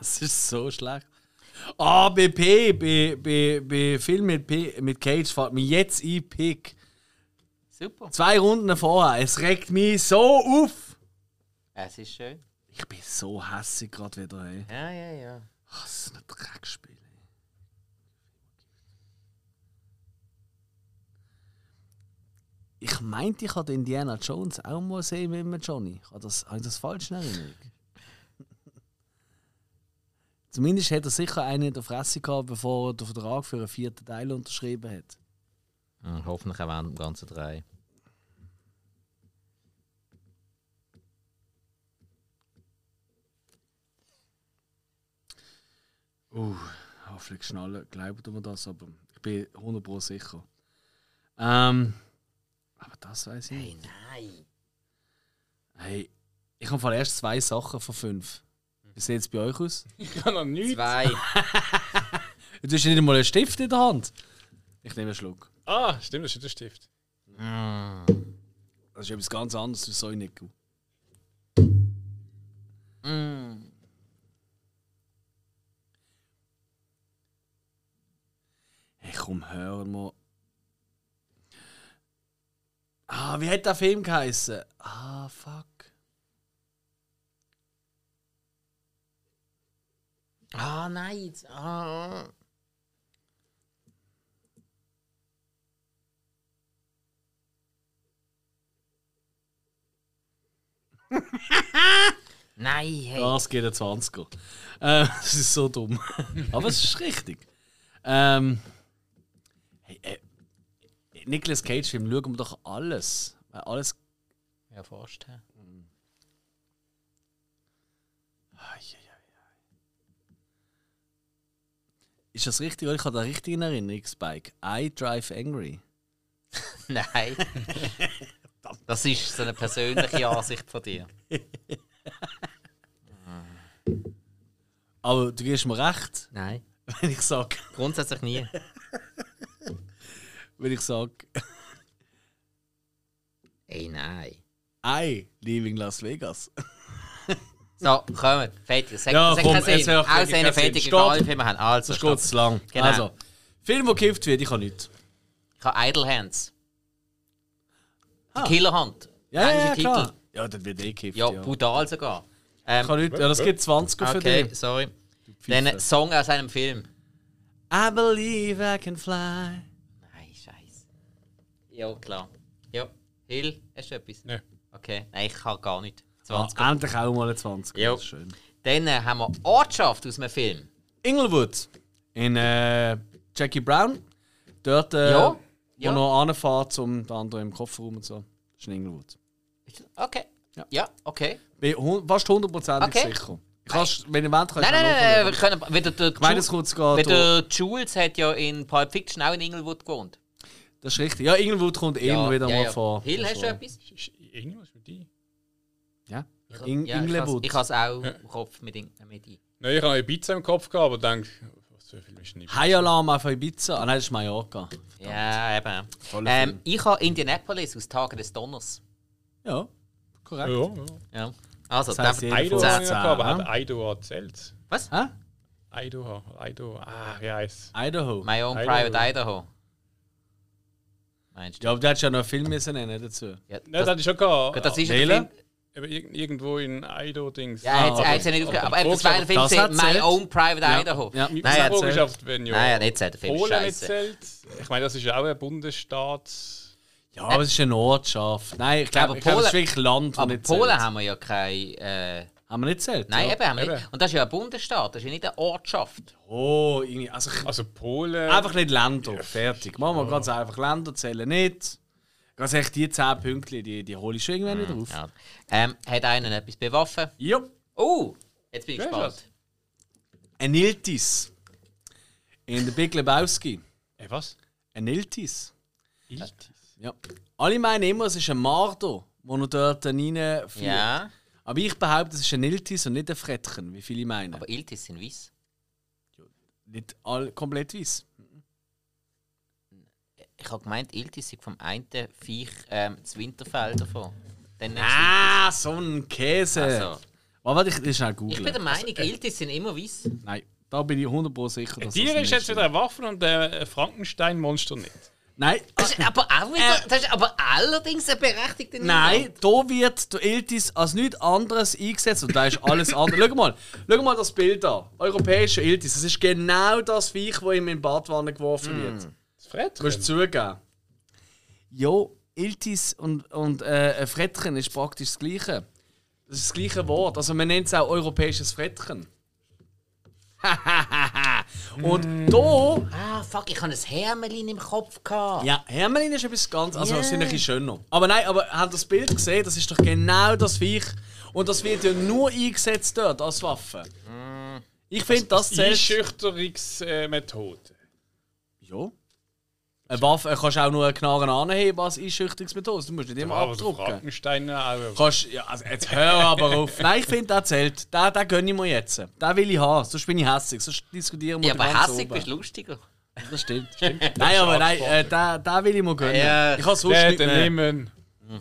Es ist so schlecht. Ah, bei P, bei, bei, bei Film mit, P, mit Cage fällt mir jetzt ein Pick. Super. Zwei Runden vorher, es regt mich so auf. Es ist schön. Ich bin so hässig gerade wieder, ey. Ja, ja, ja. Ach, das ist ein Dreckspiel, ey. Ich meinte, ich hatte Indiana Jones auch mal sehen mit dem Johnny. Habe das, habe ich das falsch in Erinnerung? Zumindest hat er sicher einen in der Fresse gehabt, bevor er den Vertrag für einen vierten Teil unterschrieben hat. Hm, Hoffentlich erwähnt im ganzen drei. Uh, hoffentlich schnallen, glaubt mir das, aber ich bin 100% sicher. Ähm, aber das weiß ich nicht. nein. Hey, ich habe vorerst erst zwei Sachen von fünf. Wie sieht es bei euch aus? Ich kann noch nichts. Zwei. Du hast ja nicht mal einen Stift in der Hand. Ich nehme einen Schluck. Ah, stimmt, das ist der Stift. Hm. Das ist etwas ganz anderes als so ein Nickel. Hm. Hey, komm, hör mal. Ah, Ah, wie hat der Film geheißen? Ah, fuck. Ah, nein. jetzt- Ah. nein, hey. Das geht ein 20er. Äh, das ist so dumm. Aber es ist richtig. Ähm, hey, äh, Nicolas Cage-Film, schauen wir doch alles. Weil Alles. Ja, fast. hä? Ist das richtig? Oder? Ich habe da richtig in Erinnerung, Spike. I Drive Angry. Nein. Das ist so eine persönliche Ansicht von dir. Aber du gibst mir recht, Nein. wenn ich sage, Grundsätzlich nie. wenn ich sage, Ey, nein. I Leaving Las Vegas. So, kommen, fertig. Sag, Ja, sag komm, keinen Sinn. es hört Außer wirklich einen keinen Sinn. fertigen Stopp. Galgenfilm haben. Also, Das geht zu lang. Genau. Also, Film, wo gekifft wird, ich habe nichts. Ich habe Idle Hands. Ah. Die Killerhand. Ja, ja, ja, Englischer klar. ja, dann wird eh gekifft. Ja, Ja, brutal sogar. Ähm, Ich habe nichts. Ja, das gibt 20 für okay, dich. sorry. Dann Song aus einem Film. I believe I can fly. Nein, scheiße. Ja, klar. Ja. Hill, hast du etwas? Nein. Okay. Nein, ich kann gar nicht. 20. Ah, endlich auch mal ein 20. Jo. Das ist Schön. Dann äh, haben wir Ortschaft aus einem Film. Inglewood in äh, Jackie Brown. Dort, äh, Ja, wo ja. noch anfährt, um den anderen im Kofferraum und so. Das ist in Inglewood. Okay. Ja. Ja, okay. Bin hu- fast hundertprozentig Okay. sicher. Ich kann's, wenn ihr wollt, kann ich Nein, nein, auch nein, nein, nachschauen. wir können. Wieder der, Ich meine, es kurz Weil geht. um- der Jules hat ja in Pulp Fiction auch in Inglewood gewohnt. Das ist richtig. Ja, Inglewood kommt eh immer wieder mal vor. Hill, Das hast du war- etwas? Ist- ist Irgendwas mit dir? Ja. Ich- In, ja, Inglewood. Ich habe es auch Ja. im Kopf mit, in- äh, mit ein. Nein, ich habe eine Pizza im Kopf gehabt, aber denke, was für viel ist nicht. High Alarm auf Ibiza. Ah nein, das ist Mallorca. Ja, eben. Toller Ähm, ich habe Indianapolis aus Tagen des Donners. Ja, korrekt. Ja, ja. Ja. Also, Das heisst, der- jeder Eido von zehn. habe ich uns ja zehn, gehabt, aber ne? hat Eido erzählt. was? Hä? Eido, Eido, ah, ja, ist. Idaho. My own Idaho. private Idaho. Meinst du? Ja, aber du hättest ja noch viel müssen ne, nennen dazu. Ja, Nein, das das, hatte ich schon gehabt. gut, das ist Wählen? ein Film. Aber irg- irgendwo in Eido-Dings. Ja, er hat Ah, es ja nicht aufgehört. Aber eben, das war ein Film, Das gewesen, hat My zählt. Own Private Ja. Idaho. Ja. Nein, Meine er Frage zählt. ist, ob wenn ja Nein, er hat nicht zählt. Der Film ist Polen nicht scheiße. zählt. Ich meine, das ist ja auch ein Bundesstaat. Ja, aber es ist eine Ortschaft. Nein, ich glaube, Aber ich glaube, es ist Polen- wirklich Land, wo Aber nicht Polen zählt. haben wir ja kein. Äh, Haben wir nicht zählt? Nein, ja. eben, haben wir eben. nicht. Und das ist ja ein Bundesstaat, das ist ja nicht eine Ortschaft. Oh, irgendwie. Also, ich, Also Polen. Ah, einfach nicht Länder. Fertig. Machen wir ganz einfach. Länder zählen nicht. Ganz ehrlich, die 10 Pünktchen, die, die hole ich schon irgendwann wieder auf. Ja. Ähm, hat einen etwas bewaffen? Jo. Oh, jetzt bin ich Ja, ist gespannt. Ein Iltis. In der Big Lebowski. Ey, was? Ein Iltis. Iltis? Ja. Alle meinen immer, es ist ein Marder, der noch dort reinfliegt. Ja, Aber ich behaupte, es ist ein Iltis und nicht ein Frettchen, wie viele meinen. aber Iltis sind weiß. nicht all, komplett weiß. Ich habe gemeint, Iltis sind vom einen Viech ähm, das Winterfell davon. Dann nicht Ah, so ein Käse. Also. Aber warte, ich das schnell Ich googeln. bin der Meinung, Iltis sind immer weiß. Nein, da bin ich 100% sicher, dass Dir das ist nicht jetzt stimmt. wieder eine Waffe und der Frankenstein-Monster nicht. Nein, Das ist aber auch wieder, Äh, das ist aber allerdings eine berechtigte nein, da wird der Iltis als nichts anderes eingesetzt und da ist alles andere. Schau mal, schau mal das Bild an. Europäischer Iltis, das ist genau das Viech, das ihm in die Badwanne geworfen wird. Das Du musst Frettchen. zugeben. Jo, Iltis und, und äh, ein Frettchen ist praktisch das gleiche. Das ist das gleiche Wort. Also man nennt es auch europäisches Frettchen. und da. Ah, fuck, ich habe ein Hermelin im Kopf. Gehabt. Ja, Hermelin ist etwas ganz. Also es sind ein bisschen schöner. Aber nein, aber habt ihr das Bild gesehen? Das ist doch genau das Viech. Und das wird ja nur eingesetzt dort als Waffe. Ich finde, Mm. das zählt. Einschüchterungsmethode. Ja. Eine Waffe, äh, kannst auch nur einen Knarren anheben als Einschüchterungsmethode. Du musst nicht immer Aber der abdrucken. Frankenstein auch. Kannst, ja, also jetzt hör aber auf. Nein, ich finde, der zählt. Den, den gönne ich mir jetzt. Den will ich haben, sonst bin ich hässig. Sonst diskutieren wir Ja, aber den ganz hässig oben. bist du lustiger. Das stimmt. stimmt. nein, aber nein, äh, den, den will ich mir gönnen. Ja. Ich kann sonst Der nicht den mehr. nehmen.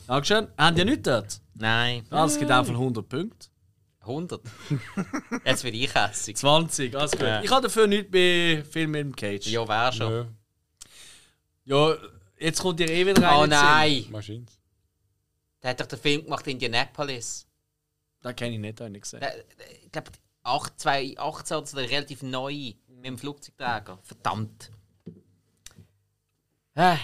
Dankeschön. Haben die nicht dort? Nein, Ah, es gibt einfach 100 Punkte. 100. Jetzt bin ich hässig. 20, alles gut. Ich habe dafür nichts bei Film im Cage. Ja. Ja, wär schon. Nö, jetzt kommt ihr eh wieder rein. Oh in den Sinn. nein! Maschines. Der hat doch den Film gemacht Indianapolis. Da kenne ich nicht, habe ich nicht gesehen. Der, der, Äh, ich glaube, 2018 oder so, der relativ neu mit dem Flugzeugträger. Verdammt. Äh,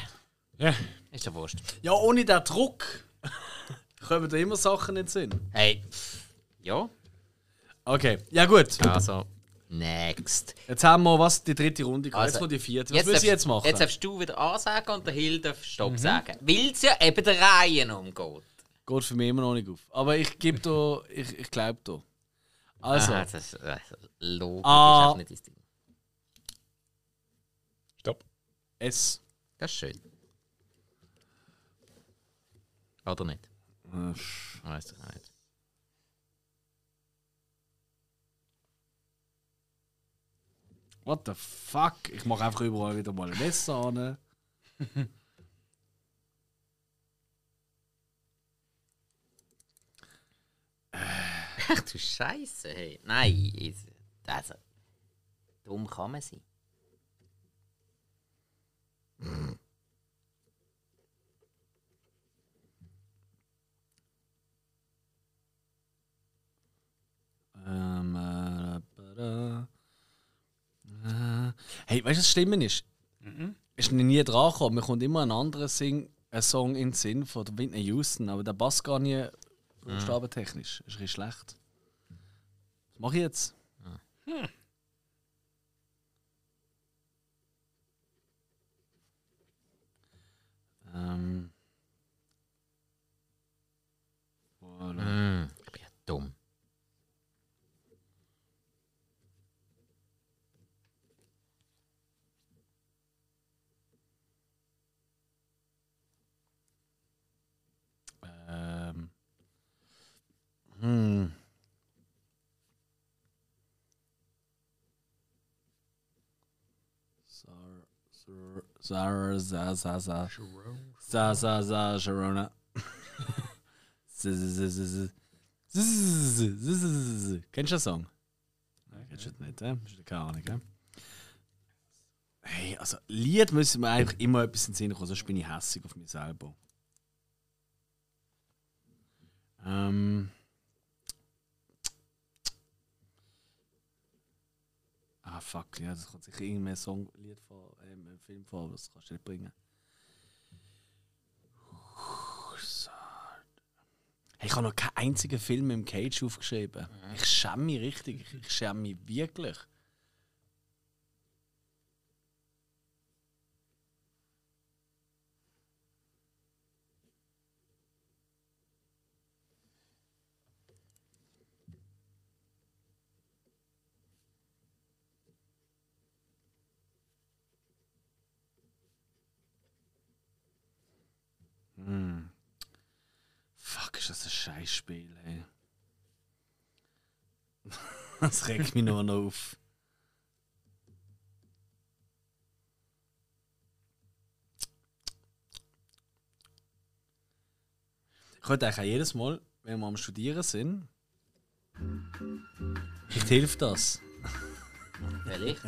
Ja. ist ja wurscht. Ja, ohne den Druck kommen da immer Sachen nicht Sinn. Hey, pff, ja. Okay, ja gut. Also, next. Jetzt haben wir was die dritte Runde gehabt. Also, jetzt kommt die vierte. Was müssen wir jetzt darfst- machen? Mhm. Jetzt darfst du wieder ansagen und der Hill darf Stopp sagen. Weil es ja eben der Reihen umgeht. Geht für mich immer noch nicht auf. Aber ich gebe da, ich, ich glaube da. Also, Aha, das ist äh, logisch, Ah. ist auch nicht dein Ding. Stopp. es. Das ist schön. Oder nicht? Weiß doch nicht. What the fuck? Ich mache einfach überall wieder mal ein Messer an. Ach du Scheiße, hey. Nein, ist- also. Dumm kann man sein. Ähm, äh, ba-da. Äh, Hey, weißt du, was Stimmen ist? Ist noch nie dran gekommen. Mir kommt immer ein anderer Sing ein Song in den Sinn von der Whitney Houston, aber der passt gar nicht buchstabentechnisch. Ist ein bisschen schlecht. Was mache ich jetzt? Ähm. Voilà. Hm, ich bin ja dumm. Ähm. Hm. Sar- Sar- Sar- Sa- Sa- Sa- Sa- Sa- Sa- Sharona. Z- z- z- z- z- z- z- z- z- z- Kennst du den Song? Nein, kennst du nicht, hä? Hast du Keine Ahnung, hä? Hey, also Lied müssen wir eigentlich immer etwas in den Sinn kommen, sonst bin ich hässig auf mich selber. Ähm. Ah, fuck, ja, das kommt sicher irgendein Songlied vor, ähm, im Film vor, aber das kannst du nicht bringen. Puh, so. Hey, ich habe noch keinen einzigen Film im Cage aufgeschrieben. Ich schäme mich richtig, ich- ich schäme mich wirklich. Fuck, ist das ein Scheißspiel, ey. Das regt mich nur noch auf. Ich könnte eigentlich auch jedes Mal, wenn wir am Studieren sind, vielleicht hilft das. Vielleicht.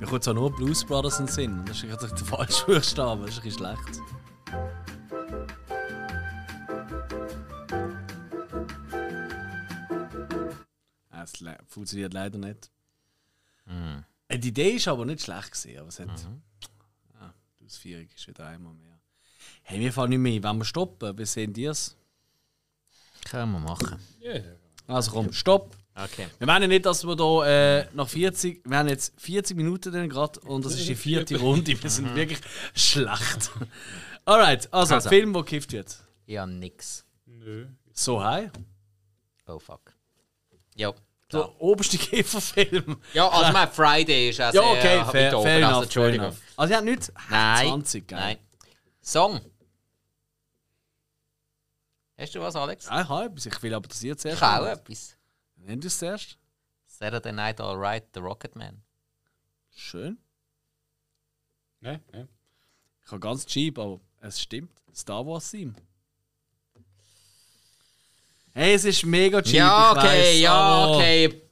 Mir kommt zwar nur Blues Brothers in den Sinn. Das ist eigentlich der falsche Buchstabe, das ist ein bisschen schlecht. Ah, Es le- funktioniert leider nicht. Äh, Die Idee ist aber nicht schlecht gewesen, aber es hat. Ah, die Ausführung ist wieder einmal mehr. Hey, wir fahren nicht mehr ein. Wollen wir stoppen? Wie sehen die es? Können wir machen. Ja, ja. Also komm, stopp! Okay. Wir meinen nicht, dass wir hier äh, nach 40, wir haben jetzt 40 Minuten dann gerade und das ist die vierte Runde. Wir sind wirklich schlecht. Alright, also, Also. Film, wo gekifft wird. Ich habe nix. Nö. So high. Oh fuck. Ja. Der Klar. oberste Käferfilm. Ja, also mein Friday ist also Ja, okay, äh, fair, heute oben, fair enough. also fair Entschuldigung. enough. Also, ihr habt nicht Nein. 20, gell? Nein. Song. Hast du was, Alex? Ah, Ich habe etwas, ich will aber das ihr zuerst. Ich auch etwas. Nenn du es zuerst. Saturday Night Alright, The Rocket Man. Schön. Ne? Ne? Ich habe ganz cheap, aber es stimmt. Star Wars Team. Hey, es ist mega cheap. Ja, ich weiss, okay, ja, aber- okay.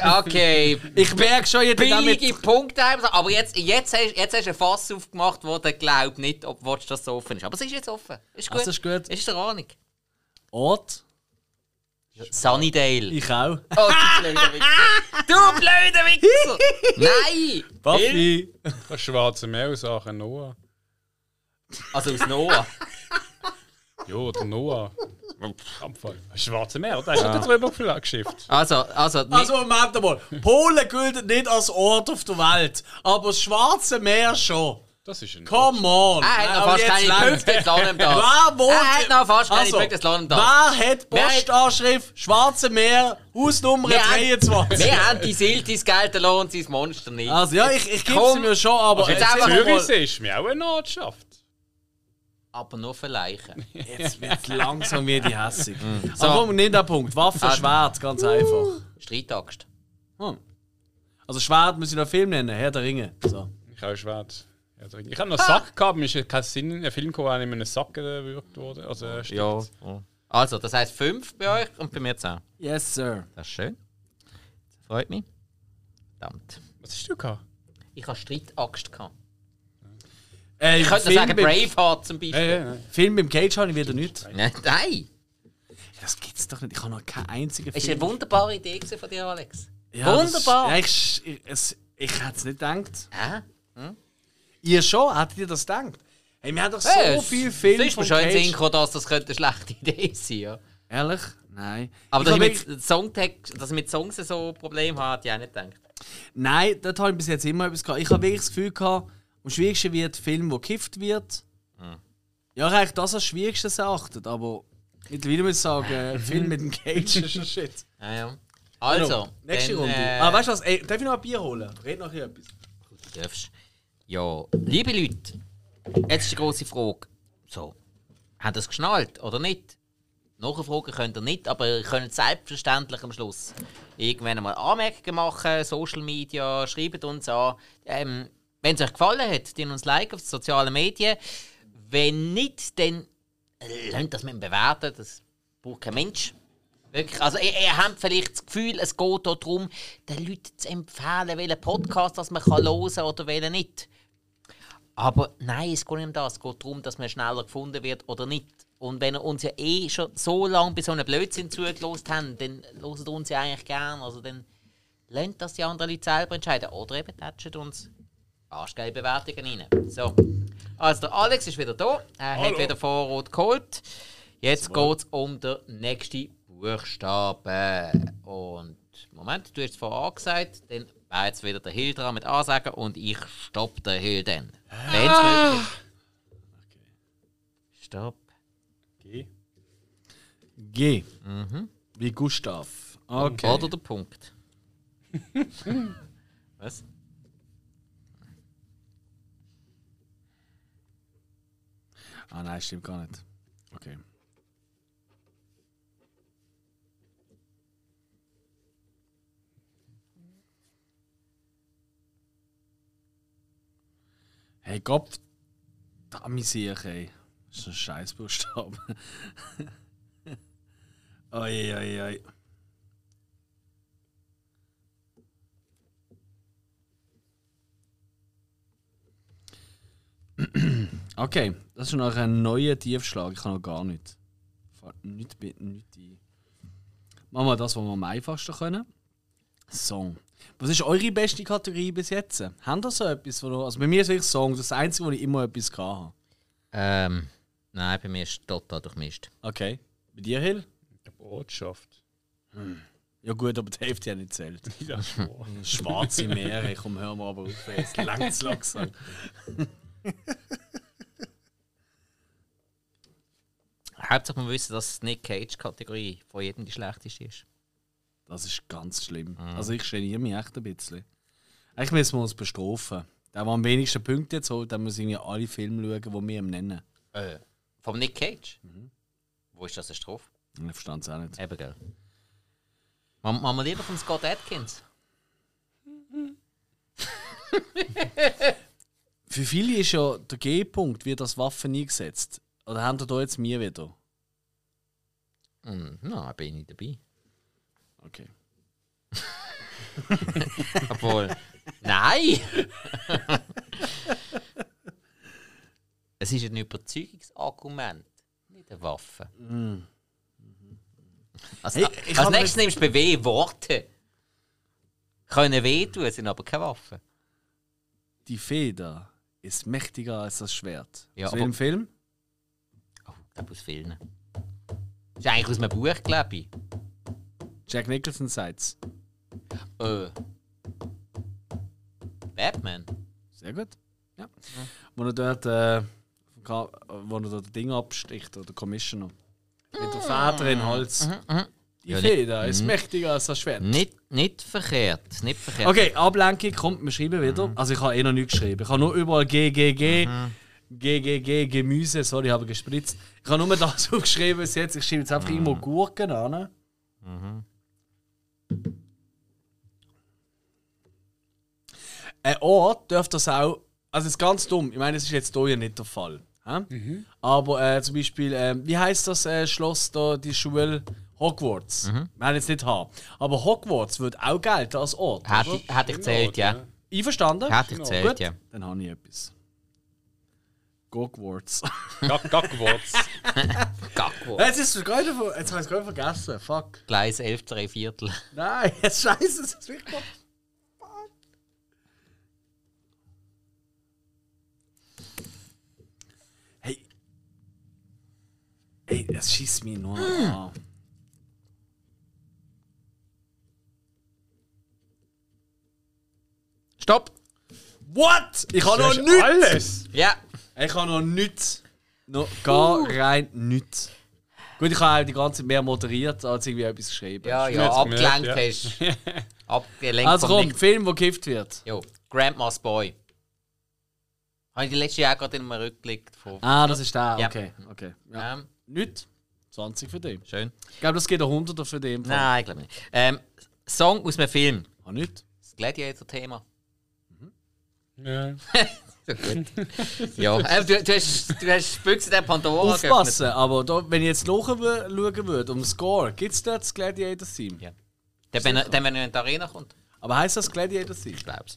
Okay. Ich merke schon, jeder Billige damit. Punkte haben sie. Aber jetzt, jetzt, hast, jetzt hast du ein Fass aufgemacht, wo du glaubst nicht, ob du willst, dass es offen ist. Aber es ist jetzt offen. Ist gut. Also ist gut. Ist der Ahnung. Ort? Sunnydale. Ich auch. Oh, du blöder Wichser. Du blöder Wichser. Nein. Buffy. Das schwarze Meer aus Aachen Noah. Also aus Noah. Ja, der Noah. Abfall. Das schwarze Meer, da ist ja. der Römerflaggschiff. Also, also, nicht- Also, Moment mal. Polen gilt nicht als Ort auf der Welt, aber das Schwarze Meer schon. Das ist ein. Come on! er hat Ah, noch fast keine Punkte, jetzt lassen wir ihm das. Wer wohnt? Er hat noch fast keine Punkte, jetzt lassen wir ihm das. Also, Wer hat Wer hat- Postanschrift Schwarze Meer, Hausnummer Wir haben- 23? Wir haben die Siltis, Geld, und sein Monster nicht. Also ja, ich, ich gebe sie Komm. mir schon, aber Jetzt jetzt einfach sind wir Zürich ist mir auch eine Ortschaft. Aber nur für Leichen. mal- Jetzt wird langsam wie die hässig. Mm. So. Aber komm, nimm den Punkt. Waffe, Ah. Schwert, ganz einfach. Streitaxt. Hm. Also Schwert muss ich noch Film nennen, Herr der Ringe. So. Ich habe Schwert. Ja, drin. Ich habe noch einen Sack gehabt, mir ist kein Sinn, ein Film gekommen, der in einem Sack gewürgt wurde. Also, äh, stimmt. Also, das heisst 5 bei euch und bei mir 10. Yes, sir. Das ist schön. Das freut mich. Verdammt. Was hast du gehabt? Ich habe Streitaxt gehabt. Äh, Ich könnte Film sagen, beim- Braveheart zum Beispiel. Hey, hey, Film im Cage habe ich wieder nicht. Nein, Nein! Das gibt's doch nicht. Ich habe noch keinen einzigen Das ist Film. eine wunderbare Idee gewesen von dir, Alex. Ja, das- Wunderbar. Ja, ich ich, es- ich hätte es nicht gedacht. Hä? Ihr schon? Hättet ihr das gedacht? Hey, wir haben doch so Hey, es- viele Filme Es ist mir von schon in den Sinn Cage. gekommen, dass das könnte eine schlechte Idee sein ja. Ehrlich? Nein. Aber Ich dass hab ich, wirklich- mit Songtext, dass ich mit Songs so Probleme habe, hätte ich auch nicht gedacht. Nein, dort habe ich bis jetzt immer etwas gehabt. Ich habe wirklich das Gefühl gehabt, am schwierigsten wird Film, wo gekifft wird. Ja, ich habe eigentlich das als schwierigstes erachtet, aber mittlerweile muss ich sagen, ein Film mit dem Cage ist schon shit. Ja, ja. Also, Nächste dann, Runde. Äh, ah, weißt du was? Ey, darf ich noch ein Bier holen? Red noch hier etwas. du darfst. Ja, liebe Leute, jetzt ist die große Frage. So, habt ihr es geschnallt oder nicht? Nachfragen könnt ihr nicht, aber ihr könnt selbstverständlich am Schluss irgendwann mal Anmerkungen machen, Social Media, schreibt uns an. Ähm, wenn es euch gefallen hat, dann uns Like auf den sozialen Medien. Wenn nicht, dann lasst das mit dem Bewerten, das braucht kein Mensch. Wirklich, also ihr, ihr habt vielleicht das Gefühl, es geht hier darum, den Leuten zu empfehlen, welchen Podcast dass man kann hören kann oder welchen nicht. Aber nein, es geht nicht um das. Es geht darum, dass man schneller gefunden wird oder nicht. Und wenn ihr uns ja eh schon so lange bei so einem Blödsinn zugelassen habt, dann hört ihr uns ja eigentlich gern. Also dann lasst das die anderen Leute selber entscheiden. Oder eben tätscht uns arschgeile Bewertungen rein. So. Also der Alex ist wieder da. Er hat Hallo. wieder Vorrat geholt. Jetzt geht es um den nächsten Buchstaben. Und Moment, du hast es vorher angesagt, dann wäre jetzt wieder der Hill dran mit Ansagen und ich stopp den Hill dann. Wenn es möglich ist. Ah. Stopp. hey. G. Mhm. Wie Gustav. Okay. Oder der Punkt. Was? Ah nein, stimmt gar nicht. Okay. Hey Gott, da misiere ich, ey. Das ist ein Scheißbuchstabe. oi, oi, oi. Okay, das ist noch ein neuer Tiefschlag. Ich kann noch gar nicht. Fällt Nicht, mit- nicht ein. Machen wir das, was wir am einfachsten können. Song. Was ist eure beste Kategorie bis jetzt? Habt ihr so etwas? Wo ihr, also bei mir ist wirklich Song. Das ist das Einzige, wo ich immer etwas habe. Ähm, nein, bei mir ist total durchmischt. Okay. Bei dir, Hill? Die Botschaft. Ja gut, aber die Hälfte hat nicht zählt. Ja, boah. Schwarze Meere, komm, hör mal aber auf, ey. es langt's langsam. Hauptsache wir wissen, dass es nicht Cage-Kategorie von jedem die schlechteste ist. Das ist ganz schlimm. Also ich geniere mich echt ein bisschen. Eigentlich müssen wir uns bestrafen. Der, der am wenigsten Punkte jetzt holt, der muss irgendwie alle Filme schauen, die wir ihm nennen. Äh, Mhm. vom Nick Cage? Wo ist das eine Strophe? Ich verstand es auch nicht. Eben, gell. Machen machen wir lieber vom Scott Atkins. Für viele ist ja der G-Punkt, wird als Waffe eingesetzt. Oder haben ihr da jetzt mir wieder? Hm, nein, bin ich dabei. Okay. Obwohl. Nein! es ist ein Überzeugungsargument, nicht eine Waffe. Mhm. Also, Als, Mm. Hey, ich als hab nächstes nimmst du BW Worte. Können wehtun, sind aber keine Waffen. Die Feder ist mächtiger als das Schwert. Ja, Aus aber- welchem Film? Oh, ich glaube aus Filmen. Das ist eigentlich aus einem Buch, glaube ich. Jack Nicholson sagt's. Äh. Batman. Sehr gut. Ja. Wo er dort, äh, vom Ka- wo er dort das Ding absticht, oder Commissioner. Mit der Feder in den Hals. Die Ja, Feder ist mächtiger als das Schwert. Nicht, nicht verkehrt. Nicht verkehrt. Okay, Ablenkung kommt, wir schreiben wieder. Also ich habe eh noch nichts geschrieben. Ich habe nur überall GGG, GGG, Gemüse, sorry, ich habe gespritzt. Ich habe nur das aufgeschrieben bis jetzt. Ich schreibe jetzt einfach irgendwo Gurken an. Ein Ort dürfte das auch, also es ist ganz dumm, ich meine, es ist jetzt hier ja nicht der Fall. hä? Aber äh, zum Beispiel, ähm, wie heißt das äh, Schloss da, die Schule? Hogwarts. Wir haben jetzt nicht H. Aber Hogwarts wird auch gelten als Ort. Hätte oder? ich- hätte ich gezählt, ja. Einverstanden? Hätte ich Gut, gezählt, ja. dann habe ich etwas. Gogwarts. Gackwurz. Gackwurst. jetzt ist es gerade ver- jetzt habe ich es gerade vergessen. Fuck. Gleis 11, 3 Viertel. Nein, jetzt scheiße, es ist wirklich. Hey. Hey, das schießt mich nur an. Stopp! What? Ich habe noch Das ist nichts! alles. Ja! Ich habe noch nichts. Noch gar rein nichts. Gut, ich habe auch die ganze Zeit mehr moderiert, als irgendwie etwas geschrieben. Ja, ja, jetzt abgelenkt hast. gemerkt, Abgelenkt Also vom komm, Nick. Film, der gekifft wird. Jo, Grandma's Boy. Habe ich die letzte Jahr gerade in einem Rückblick von. Ah, das ist der, Ja. okay. okay. Ja. Ähm, Nicht 20 für den. schön. Ich glaube, das geht ein 100er für den. Nein, ich glaube nicht. Ähm, Song aus einem Film. Ah, nicht? Das Gladiator-Thema. Ja. Ja, äh, du, du hast, du hast die Büchse der Pandora geöffnet. Aufpassen, aber da, wenn ich jetzt nachschauen würde, um Score, gibt es dort das Gladiator-Theme? Ja. Dann, wenn, er, dann, wenn er in die Arena kommt. Aber heißt das Gladiator-Theme? Ich glaub's.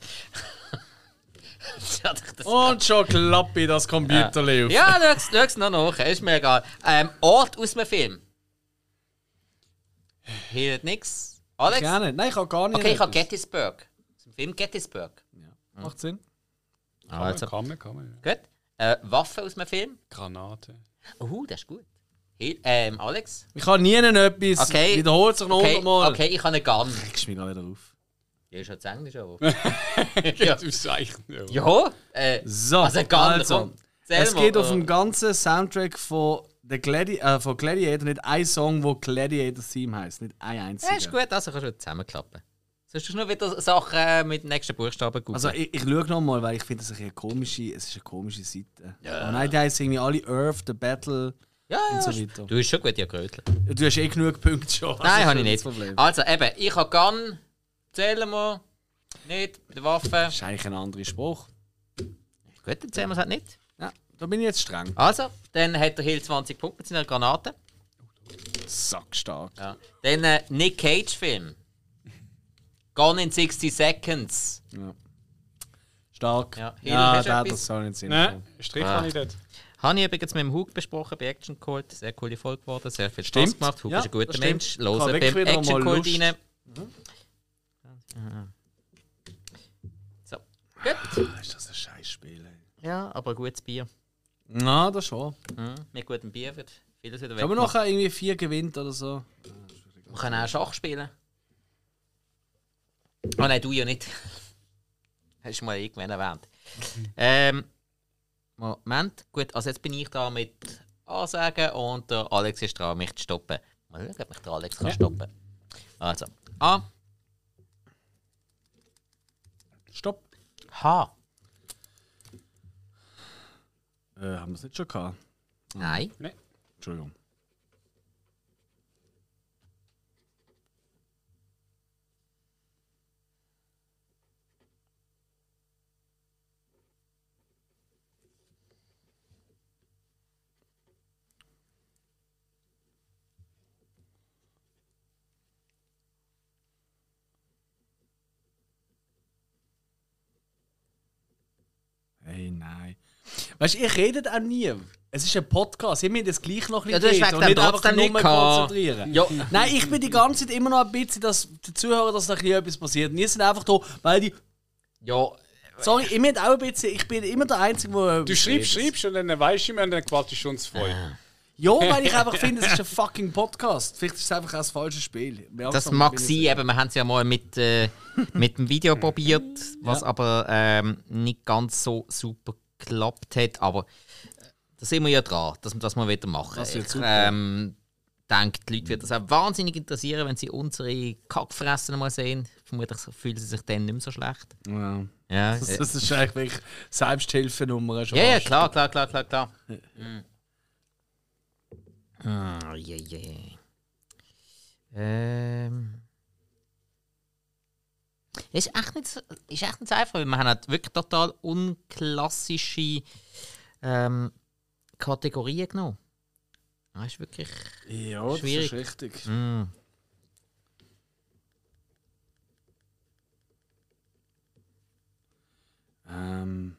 ja, das Und schon klappe ich das Computerli auf. ja, schau's- schau's noch nach, ist mir egal. Ähm, Ort aus dem Film. Hilft nix. Alex? Ich auch nicht. Nein, ich habe gar nicht. Okay, ich habe etwas. Gettysburg. Aus dem Film Gettysburg. Macht Sinn. Ah, Also. Kann man, kann man. ja. Gut. Äh, Waffe aus dem Film. Granate. Oh, das ist gut. Hil ähm, Alex? Ich habe nie etwas. Okay. Wiederholt sich noch Okay, hundertmal. okay, ich habe eine Gun. Ich schmiege wieder auf. Ja, ist halt zu Englisch, aber. Ja. Du Zeichen. Ja. Ja, äh, So, Also, egal, komm, zähl es mal, geht auf äh. dem ganzen Soundtrack von, der Gladi äh, von Gladiator nicht ein Song, wo Gladiator Theme heißt, nicht ein einziger. ja, ist gut, also kannst du zusammenklappen. Sonst hast du nur wieder Sachen äh, mit dem nächsten Buchstaben gut. Also ich, ich schaue nochmal, weil ich finde, das ist eine komische, es ist eine komische Seite. Oh nein, die heißt irgendwie alle Earth, The Battle. ja, ja, und so ist- weiter. Du bist schon gut, ja, Grötel. Du hast eh genug Punkte schon. also Nein, das habe ich ist nicht. das Problem. Also eben, ich habe Gun, zählen wir, nicht, mit der Waffe. Das ist eigentlich ein anderer Spruch. Gut, dann zählen wir es halt nicht. Ja, da bin ich jetzt streng. Also, dann hat der Hill 20 Punkte mit seiner Granate. Sackstark. Ja. Dann äh, Nick Cage-Film. Gone in 60 Seconds. Stark. Ja, Ja, Hill, ja hast du da hat etwas? das so nicht Sinn. Nein, Strich habe ich dort. Habe ich übrigens mit dem Hug besprochen, bei Action Cult. Sehr coole Folge geworden, sehr viel Spaß Stimmt. gemacht. Hug Ja, ist ein guter das stimmt. Mensch. Ich Los habe beim wirklich wieder Action mal Cult Lust. rein. So. Gut. Ist das ein Scheißspiel? ey. Ja, aber gutes Bier. Na, das schon. Mhm. Mit gutem Bier wird vieles wieder weg. Wenn man nachher irgendwie vier gewinnt oder so. Wir können auch Schach spielen. Ah nein, du ja nicht. Hast du mal irgendwann erwähnt. ähm, Moment, gut, also jetzt bin ich da mit Ansagen und der Alex ist dran, mich zu stoppen. Mal schauen, ob mich der Alex kann stoppen Also, A, Stopp. H. Äh, haben wir es nicht schon gehabt? Nein. Nein. Entschuldigung. nein. Weißt du, ihr redet auch nie. Es ist ein Podcast, ihr müsst jetzt gleich noch ein Ja, du hast wegen reden dem und nicht einfach trotzdem nur nicht gehabt. konzentrieren. Ja. Nein, ich bin die ganze Zeit immer noch ein bisschen, dass die Zuhörer, dass da ein bisschen etwas passiert. Und ihr seid einfach da, weil die. Ja, Sorry, ich bin auch ein bisschen, ich bin immer der Einzige, der. Du schreibst, Ah. schreibst und dann weißt du immer, dann quatsch ich uns voll. Ja, weil ich einfach finde, es ist ein fucking Podcast. Vielleicht ist es einfach auch das falsche Spiel. das mag sein, eben, wir haben es ja mal mit, äh, mit dem Video probiert, was aber ähm, nicht ganz so super geklappt hat. Aber äh, da sind wir ja dran, dass wir das mal wieder machen. Das wird ich super. ähm, denke, die Leute wird das auch wahnsinnig interessieren, wenn sie unsere Kackfressen mal sehen. Vermutlich fühlen sie sich dann nicht mehr so schlecht. Ja. Ja, Das, äh, das ist eigentlich wirklich Selbsthilfenummer. schon ja, ja fast. klar, klar, klar, klar, klar. Mhm. Mm. Ah, je, je. Ähm. Ist echt nicht, so- ist echt nicht so einfach, weil wir haben halt wirklich total unklassische ähm, Kategorien genommen. Das ist wirklich. Ja, das Schwierig. ist richtig. Mm. Ähm.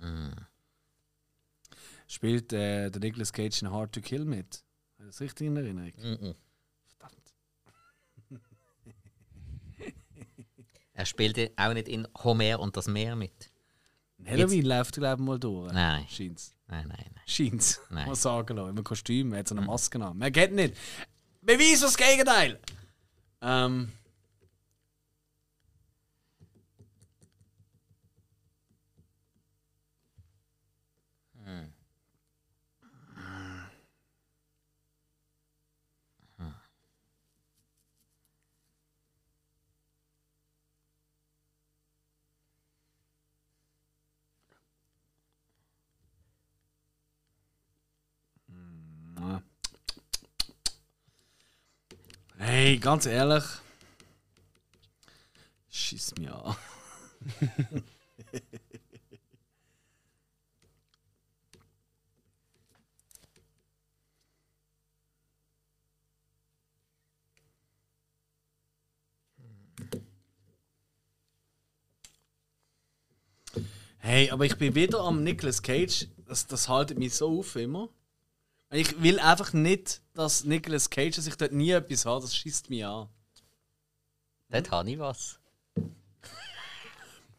Mm. Spielt äh, der Nicolas Cage in Hard to Kill mit? Habe ich das richtig in Erinnerung? Mhm. Verdammt. Er spielt auch nicht in Homer und das Meer mit. In Halloween läuft er, glaube ich, mal durch. Nein. Scheint's. Nein, nein, nein. Scheint's. Nein. Mm. Mal sagen lassen. Immer Kostüm, er hat so eine Maske an. Man geht nicht. Beweis das Gegenteil! Ähm. Ah. Hey, ganz ehrlich. Schiss mich an. Hey, aber ich bin wieder am Nicolas Cage. Das, das haltet mich so auf immer. Ich will einfach nicht, dass Nicolas Cage dass ich dort nie etwas hat. Das schießt mich an. Dort habe ich was.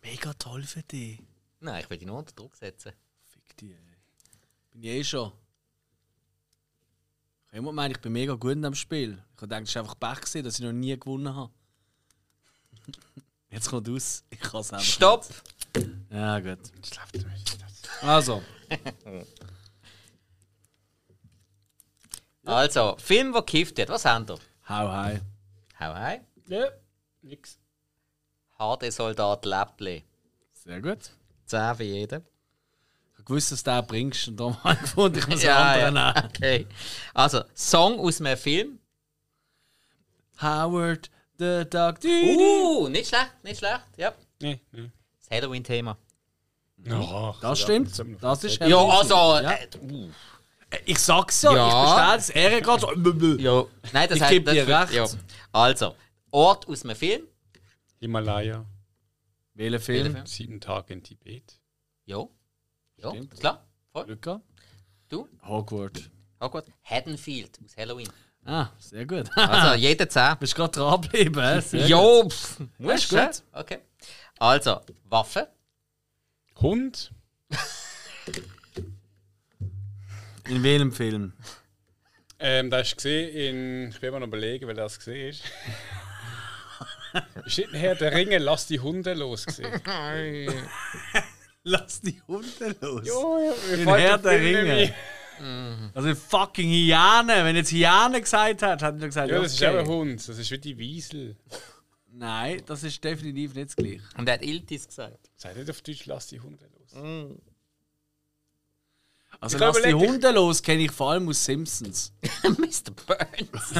Mega toll für dich. Nein, ich will dich nur unter Druck setzen. Fick dich, ey. Bin ich eh schon. Ich habe immer gemeint, ich bin mega gut in dem Spiel. Ich habe gedacht, es ist einfach Pech gewesen, dass ich noch nie gewonnen habe. Jetzt kommt aus. Ich kann es einfach. Stopp! nicht. Ja, gut. Das läuft nicht. Also. Also, Film, der gekifft hat. Was haben wir? Hau hei. Hau hei. Ja, nix. HD-Soldat Läppli. Sehr gut. 10 für jeden. Ich wusste, dass du den bringst und darum habe ich gefunden, ich muss Ja, einen anderen ja. nehmen. Okay. Also, Song aus einem Film. Howard the Dog. Uh, nicht schlecht, nicht schlecht. Ja. Nee, nee. Das Halloween-Thema. Mhm. Ach, Das ja. stimmt. haben wir noch Das ist Ja, also. Ja. Äh, uh, Ich sag's ja, Ja. ich bestätige es. Er gerade so. blablabla. ja. Nein, das Ich hat- geb das dir wird- recht. Ja. Also, Ort aus einem Film. Himalaya, Welcher Film? Welcher sieben Tage in Tibet. Ja. Ja, Stimmt. klar. Voll. Luca? Du? Hogwarts. Oh gut. Haddonfield aus Halloween. Ah, sehr gut. Also, jeder 10. Bist gerade dranbleiben, hä? Sehr gut. Jo, pff, Ist musst gut. du. Okay. Also, Waffe. Hund, In welchem Film? ähm, das hast du gesehen in. Ich will mal noch überlegen, weil das gesehen ist. Steht her, der Ringe, lass die Hunde los. gesehen. Lass die Hunde los. Jo, ja, mir In fällt Herr der der Film Ringe. nicht Also in fucking Hyäne. Wenn jetzt Hyäne gesagt hat, hat er gesagt, Ja, das ist okay. auch ein Hund. Das ist wie die Wiesel. Nein, das ist definitiv nicht das gleiche. Und er hat Iltis gesagt. Seid nicht auf Deutsch, lass die Hunde los. Also Ich glaub, lass die überleg- Hunde los kenne ich vor allem aus Simpsons. Mr. Burns.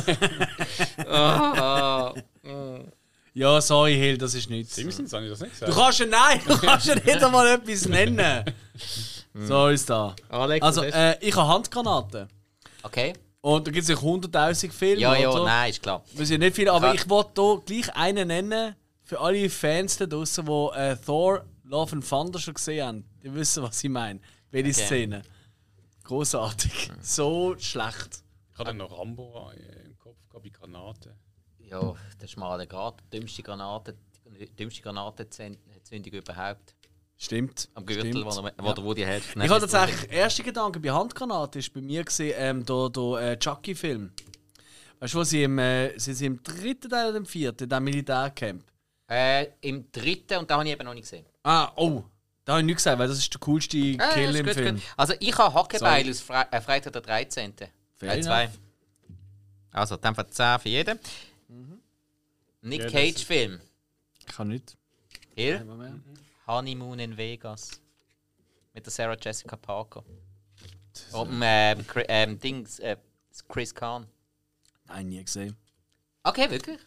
oh, Ja, sorry, Hill, das ist nichts. Simpsons habe ich das nicht Du gesagt. kannst ja nein, du kannst ja nicht einmal etwas nennen. So ist da. Alex, Also, was hast äh, ich habe Handgranaten. du? okay. Und da gibt es ja 100.000 Filme. Ja, ja, oder? nein, ist klar. Das ist ja nicht viel, aber Ja. ich wollte hier gleich einen nennen, für alle Fans da draußen, die äh, Thor Love and Thunder schon gesehen haben, die wissen, was ich meine. Welche Okay. Hm. Szene. Großartig. So schlecht. Ich hatte noch Rambo äh, im Kopf, gehabt, die Granate. Ja, der schmale Grat, die dümmste Granate, die dümmste Granatenzündung überhaupt. Stimmt. Am Gürtel, Stimmt. wo, er, wo der Woody hat. Ich hatte tatsächlich den ersten Gedanken bei Handgranaten ist bei mir gesehen, ähm, der, der äh, Chucky-Film. Weißt du, wo sie im, äh, sie sind im dritten Teil oder im vierten, in diesem Militärcamp. Äh, Im dritten, und da habe ich eben noch nicht gesehen. Äh, Ah, oh, da habe ich nichts gesagt, weil das ist der coolste Ah, Kill ist im gut, Film. gut. Also ich habe Hackebeil Sorry. aus Fre äh, Freitag der 13. Fair Teil 2. Also, dann von 10 für jeden. Mhm. Nick Ja, das Cage Film. Ich kann nicht. Hier, Mhm. Honeymoon in Vegas. Mit der Sarah Jessica Parker. Und dem, ähm, Chri- ähm, Dings, äh, Chris Kahn. Nein, nie gesehen. Okay, wirklich?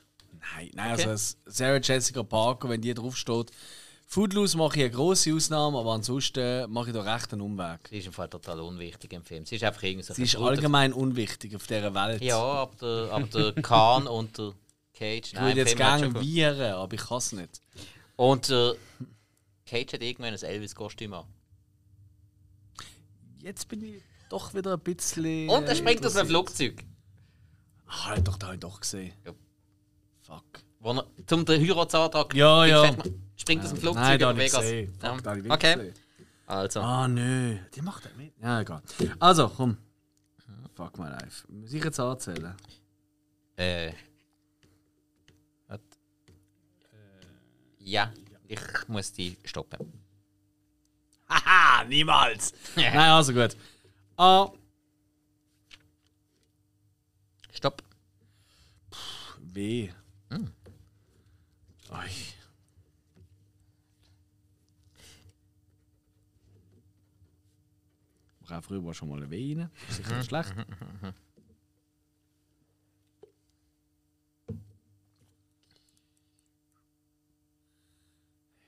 Nein, nein, also es- Sarah Jessica Parker, wenn die draufsteht. Foodloose mache ich eine grosse Ausnahme, aber ansonsten mache ich da recht einen Umweg. Sie ist im Fall total unwichtig im Film. Sie ist einfach irgendwie so Sie ist verbrüdert. allgemein unwichtig auf dieser Welt. Ja, aber der, aber der Kahn und der Cage. ich würde im jetzt Film hat's schon gerne gut. vieren, aber ich kann es nicht. Und der Cage hat irgendwann ein Elvis-Kostüm an. Jetzt bin ich doch wieder ein bisschen. Und er springt aus einem interessiert. Flugzeug. Ah, halt doch, da habe ich doch gesehen. Ja. Fuck. Wo er, zum den Heiratsantrag Ja, ja. fährt man- springt aus dem Flugzeug Nein, da über habe ich Vegas. gesehen. Ja. Fuck, da habe ich wirklich Okay, gesehen. also. Ah, nö. Die macht das mit. Ja, egal. Also, komm. Fuck my life. Muss ich jetzt anzählen? Äh. Hat. Äh. Ja, ich muss die stoppen. Haha, niemals! Nein, also gut. Ah, Stopp. weh. Ei. Ich brauche früher schon mal ein Weh rein. Ist sicher nicht schlecht. mhm.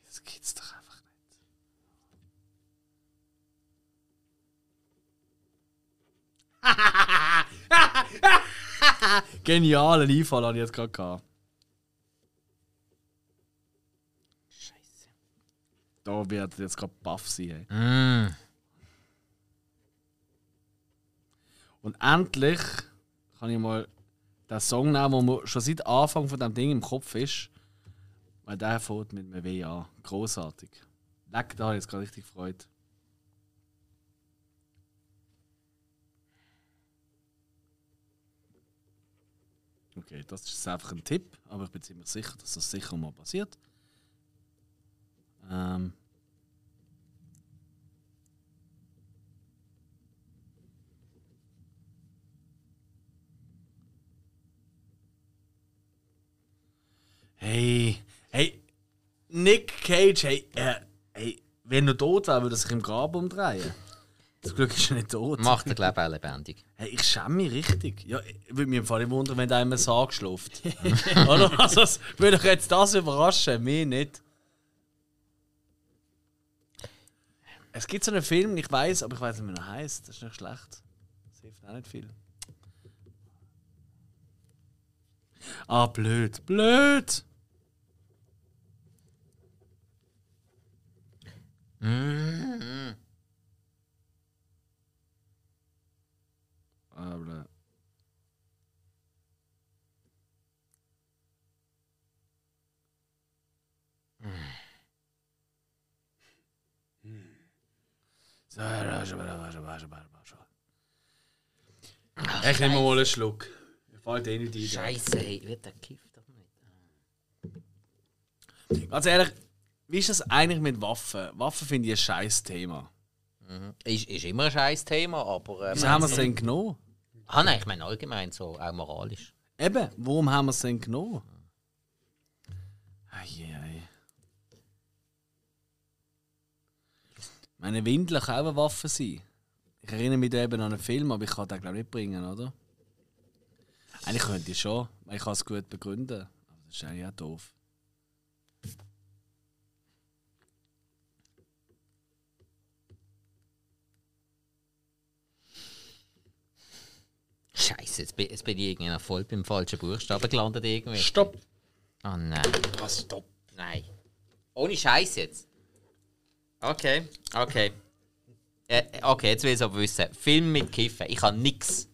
Das geht's doch einfach nicht. Genialen Einfall hatte ich jetzt gerade gehabt. Scheiße. Da wird jetzt gerade baff sein. Ey. Mm. Und endlich kann ich mal den Song nehmen, der mir schon seit Anfang von dem Ding im Kopf ist. Weil der fährt mit einem W an. Großartig. Leck, da habe ich jetzt gerade richtig Freude. Okay, das ist jetzt einfach ein Tipp, aber ich bin ziemlich sicher, dass das sicher mal passiert. Ähm. Hey, hey, Nick Cage, hey, äh, hey, wenn er tot wäre, würde er sich im Grab umdrehen. Zum Glück ist er nicht tot. Macht den Glaube auch lebendig. Hey, ich schäme mich richtig. Ja, ich würde mich im Fall nicht wundern, wenn da einmal Sarg schläft. Oder? Also, es würde doch jetzt das überraschen, mich nicht. Es gibt so einen Film, ich weiß, aber ich weiß nicht, wie er heißt. Das ist nicht schlecht. Das hilft auch nicht viel. Ah, blöd. Blöd! Mm. Aber. So, warte, warte, warte, warte, warte, warte. Ich nehme mal einen Schluck. Mir fällt eh nicht ein. Scheiße, hey, wird der Kiff doch nicht. Ganz ehrlich, wie ist das eigentlich mit Waffen? Waffen finde ich ein scheiß Thema. Ist, ist immer ein scheiß Thema, aber. äh, Wieso haben wir es denn genommen? Ah nein, ich meine allgemein so, auch moralisch. Eben, warum haben wir es denn genommen? Ei, ei, ei. Meine Windeln kann auch eine Waffe sein. Ich erinnere mich da eben an einen Film, aber ich kann den glaube ich nicht bringen, oder? Eigentlich könnte ich schon, weil ich kann es gut begründen. Aber das ist eigentlich auch doof. Scheiße, jetzt bin, jetzt bin ich irgendwie noch voll beim falschen Buchstaben gelandet irgendwie. Stopp! Ah nein. Was, stopp? Nein. Ohne Scheiß jetzt. Okay, okay. Äh, okay, jetzt will ich es aber wissen. Film mit Kiffen. Ich habe nichts.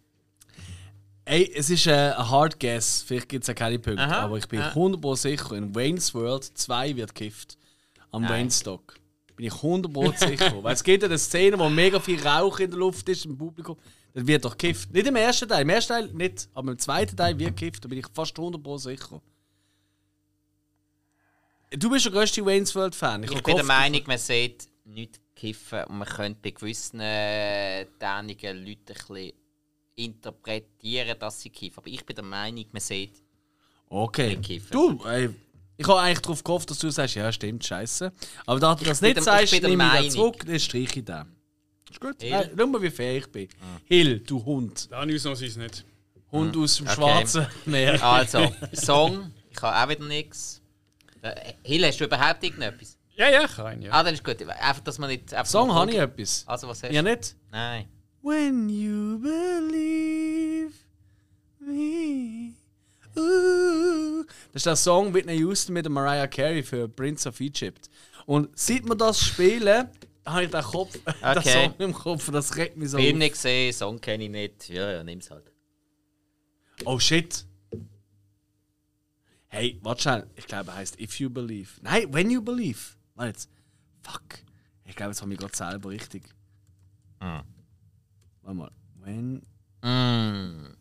Ey, es ist äh, ein Hard Guess, vielleicht gibt es ja keine Punkte, Aha, aber ich bin ja. 100% sicher, in Wayne's World 2 wird gekifft. Am Nein. Waynestock. Bin ich 100% sicher. Weil es gibt ja eine Szene, wo mega viel Rauch in der Luft ist im Publikum. Dann wird doch gekifft. Nicht im ersten Teil, im ersten Teil nicht, aber im zweiten Teil wird gekifft, da bin ich fast 100% sicher. Du bist der grösste Wayne's World Fan. Ich hab bin der gehofft, Meinung, man sieht nichts kiffen und man könnte bei gewissen äh, dänigen Leuten ein bisschen interpretieren, dass sie kiffen. Aber ich bin der Meinung, man sieht. Okay. Nicht kiffen. Du, ey, ich habe eigentlich darauf gehofft, dass du sagst, ja, stimmt, scheiße. Aber da du das bin nicht der- ich sagst, bin der nehme ich Meinung. das zurück, dann streiche ich den. Ist gut. Hill. Ah. Nein, schau mal, wie fair ich bin. Hill, du Hund. Dann ausnahmsweise nicht. Hund aus dem Okay. schwarzen Meer. Also, Song, ich habe auch wieder nichts. Äh, Hill, hast du überhaupt irgendetwas? Ja, ja, kein, ja. Ah, dann ist gut. Einfach, dass man nicht. Einfach Song nur- habe ich etwas. Also, was hast Ja, du? nicht? Nein. When you believe me. Ooh. Das ist der Song Whitney Houston mit der Mariah Carey für Prince of Egypt. Und seit wir das spielen, habe ich den, Kopf, den Okay. Song im Kopf. Das regt mich so Film auf. nicht gesehen, Song kenne ich nicht. Ja, ja, nimm's halt. Oh shit. Hey, warte schnell. Ich glaube, er heißt If You Believe. Nein, When You Believe. Warte jetzt. Fuck. Ich glaube, jetzt haben wir gerade selber richtig. Ah. Warte mal. When Mm.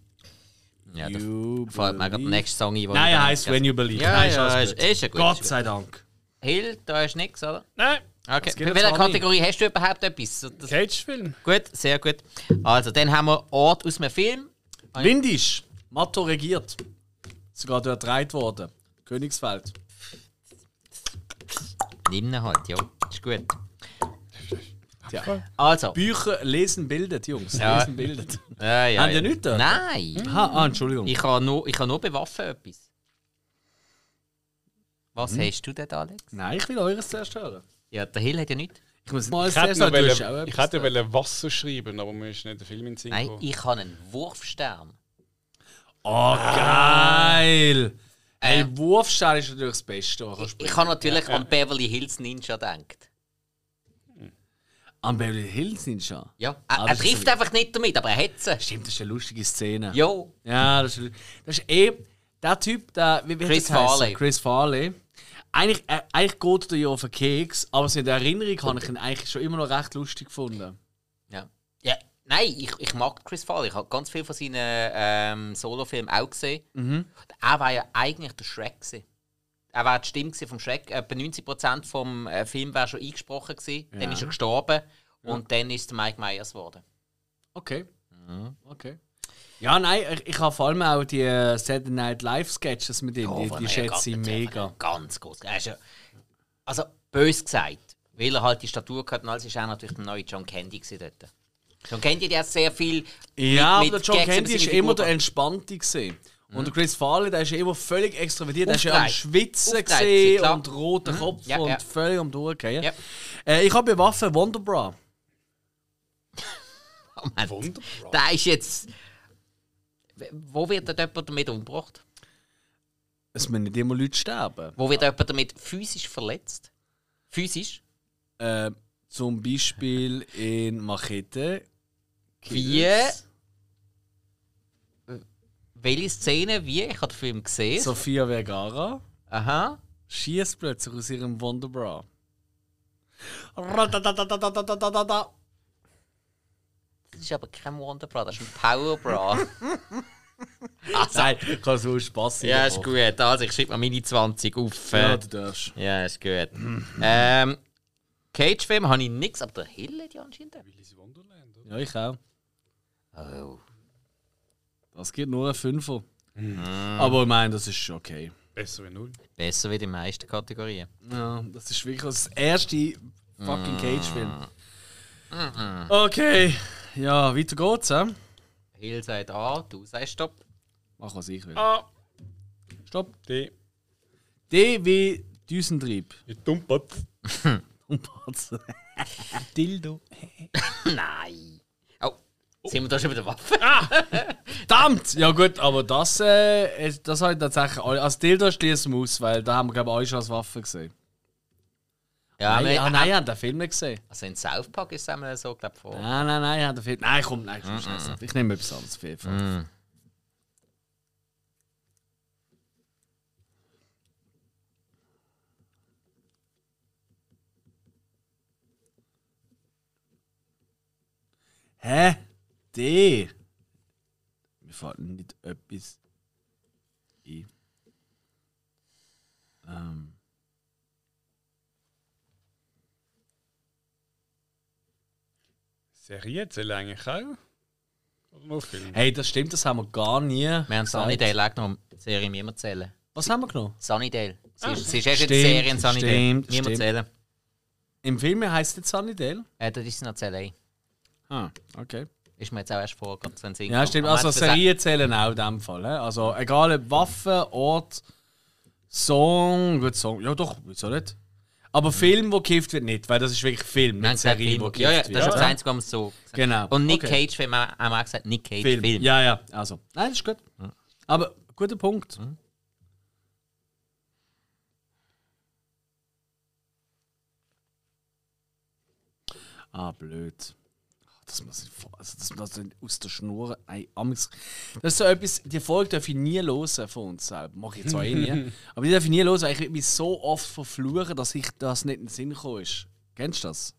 Ja, da You fällt mir gerade der Believe. nächste Song ein. wo ich Nein, also- er dann- heißt When You Believe. Ja, Nein, ist ja, alles ist, gut. ist ja gut. Gott sei Dank. Hill, da ist nichts, oder? Nein, Okay. geht Bei jetzt welcher auch nicht. Kategorie hast du überhaupt etwas? So, Das, Cage-Film. Gut, sehr gut. Also, dann haben wir Ort aus einem Film. Windisch. Matto regiert. Sogar dort reit worden. Königsfeld. Nimm ihn halt, ja. Ist gut. Tja. Also. Bücher lesen bildet, Jungs. Ja. Lesen bildet. Ja, ja, Haben ja. die nichts da? Nein. Aha, ah, Entschuldigung. Ich habe nur, ich habe nur bewaffen etwas. Was Mhm. hast du denn, Alex? Nein, ich will eures zuerst hören. Ja, der Hill hat ja nichts. Ich muss mal Ich hätte, zuerst noch sagen, du hast auch wollen, ich etwas hätte da. wollen Wasser schreiben, aber mir ist nicht der Film in den Sinn Nein, gekommen. ich habe einen Wurfstern. Oh, geil! Äh. Ein Wurfstern ist natürlich das Beste, was man Ich, ich spielen habe natürlich an Beverly Hills Ninja gedacht. kann. Am Beverly Hills Ninja? Ja. Ah, Er, er das ist trifft so- einfach nicht damit, aber er hat sie. Stimmt, das ist eine lustige Szene. Jo. Ja, das ist, das ist eh der Typ, der. Wie, wie hat Chris der geheißen? Farley. Chris Farley. Eigentlich, äh, eigentlich geht er ja auf den Keks, aber so in der Erinnerung habe ich ihn eigentlich schon immer noch recht lustig gefunden. Ja. ja. Nein, ich, ich mag Chris Farley. Ich habe ganz viel von seinen ähm, Solofilmen auch gesehen. Mhm. Und Er war ja eigentlich der Shrek. Gewesen. Er war die Stimme gewesen vom Shrek. Etwa 90% vom äh, Film war schon eingesprochen. Gewesen. Dann Ja. ist er gestorben. Und dann ist der Mike Myers geworden. Okay. Okay. Ja, nein, ich, ich habe vor allem auch die äh, Saturday Night Live Sketches mit ihm, Oh, die, von die mir schätze ich ganz- mega. Ganz groß. Er ist ja, also, bös gesagt, weil er halt die Statur gehabt und alles, ist er natürlich der neue John Candy gewesen dort. John Candy hat ja sehr viel. Ja, mit- aber mit der John Gags Candy über ist seine immer Figur. der Entspannte gesehen. Und Mhm. der Chris Farley, der ist ja immer völlig extrovertiert. Der ist ja am Aufgeregt. Schwitzen Aufgeregt gewesen, gesehen klar. Mhm. und roter Kopf Ja, und ja. völlig am Durchgehen. Ja. Äh, ich habe bei Waffe Wonderbra. Moment, Wunderbar. da ist jetzt. Wo wird dort jemand damit umgebracht? Es müssen nicht immer Leute sterben. Wo wird jemand damit physisch verletzt? Physisch? Äh, zum Beispiel in Machete. Wie? Welche Szene? Wie? Ich habe den Film gesehen. Sofia Vergara Aha. schießt plötzlich aus ihrem Wonderbra. Ratatatatatatatata. Das ist aber kein Wonder Bra, das ist ein Power Bra. Nein, kann so Spaß ja, ist gut. Also, ich schreibe mal meine 20 auf. Ja, äh, du darfst. Ja, ist gut. ähm, Cage-Film habe ich nichts, aber der Hill hat ja anscheinend etwas. Willis Wonderland, oder? Ja, ich auch. Oh. Das geht nur ein Fünfer. Mhm. Aber ich meine, das ist okay. Besser wie null. Besser wie die meisten Kategorien. Ja, das ist wirklich das erste Mhm. fucking Cage-Film. Okay, ja, weiter geht's, hä? Hill sagt A, du sagst Stopp. Mach, was ich will. A, Stopp. D, D wie Düsentrieb. die Dumpert. Und Patze. Dildo. Nein. Oh, Sind wir da schon bei der Waffe? Verdammt! Ja gut, aber das, äh, ist- das habe ich tatsächlich alle. Als Dildo schließen muss, weil da haben wir, glaube ich, alle schon als Waffe gesehen. Ja, nein, wir- ah, nein, haben den Film nicht gesehen. Also in South Park ist es einmal so, glaube ich, vor. Nein, nein, nein, haben den Film. Nein, komm, nein, komm, scheiße. Ich nehme etwas anderes auf jeden Fall. Hä? D? Mir fällt nicht etwas ein. Ähm. Serie zählen eigentlich auch? Oder nur Filme? Hey, das stimmt, das haben wir gar nie. Wir haben Sunnydale auch genommen. Die Serie niemand zählen. Was haben wir genommen? Sunnydale. Sie ist, sie ist erst in Ah, Stimmt, der Serie in Sunnydale. stimmt, niemand stimmt. zählen. Im Film heißt es jetzt Sunnydale. Äh, das ist noch zu LA. Ah, okay. Ist mir jetzt auch erst vorgegangen, wenn sie Ja, stimmt. Also Serien zählen auch in dem Fall. he? Also egal ob Waffe, Ort, Song, gut Song. Ja doch, wieso nicht? Aber Film, wo gekifft wird, nicht, weil das ist wirklich Film, Mhm. Nein, nicht Serie, Serie, wo Film. gekifft Ja, ja, das wird. ist das ja? Einzige, was wir so gesagt Genau. haben. Und Nick Okay. Cage, wenn man auch gesagt Nick Cage Film. Film. Ja, ja, also. Nein, das ist gut. Aber guter Punkt. Ah, blöd. Das muss ich, vor- also das muss ich aus der Schnur. Nein, amix. Das ist so etwas, die Folge darf ich nie hören von uns selber. Mach ich zwar eh nie. Aber die darf ich nie hören. weil Ich mich so oft verfluchen, dass ich das nicht in den Sinn gekommen ist. Kennst du das?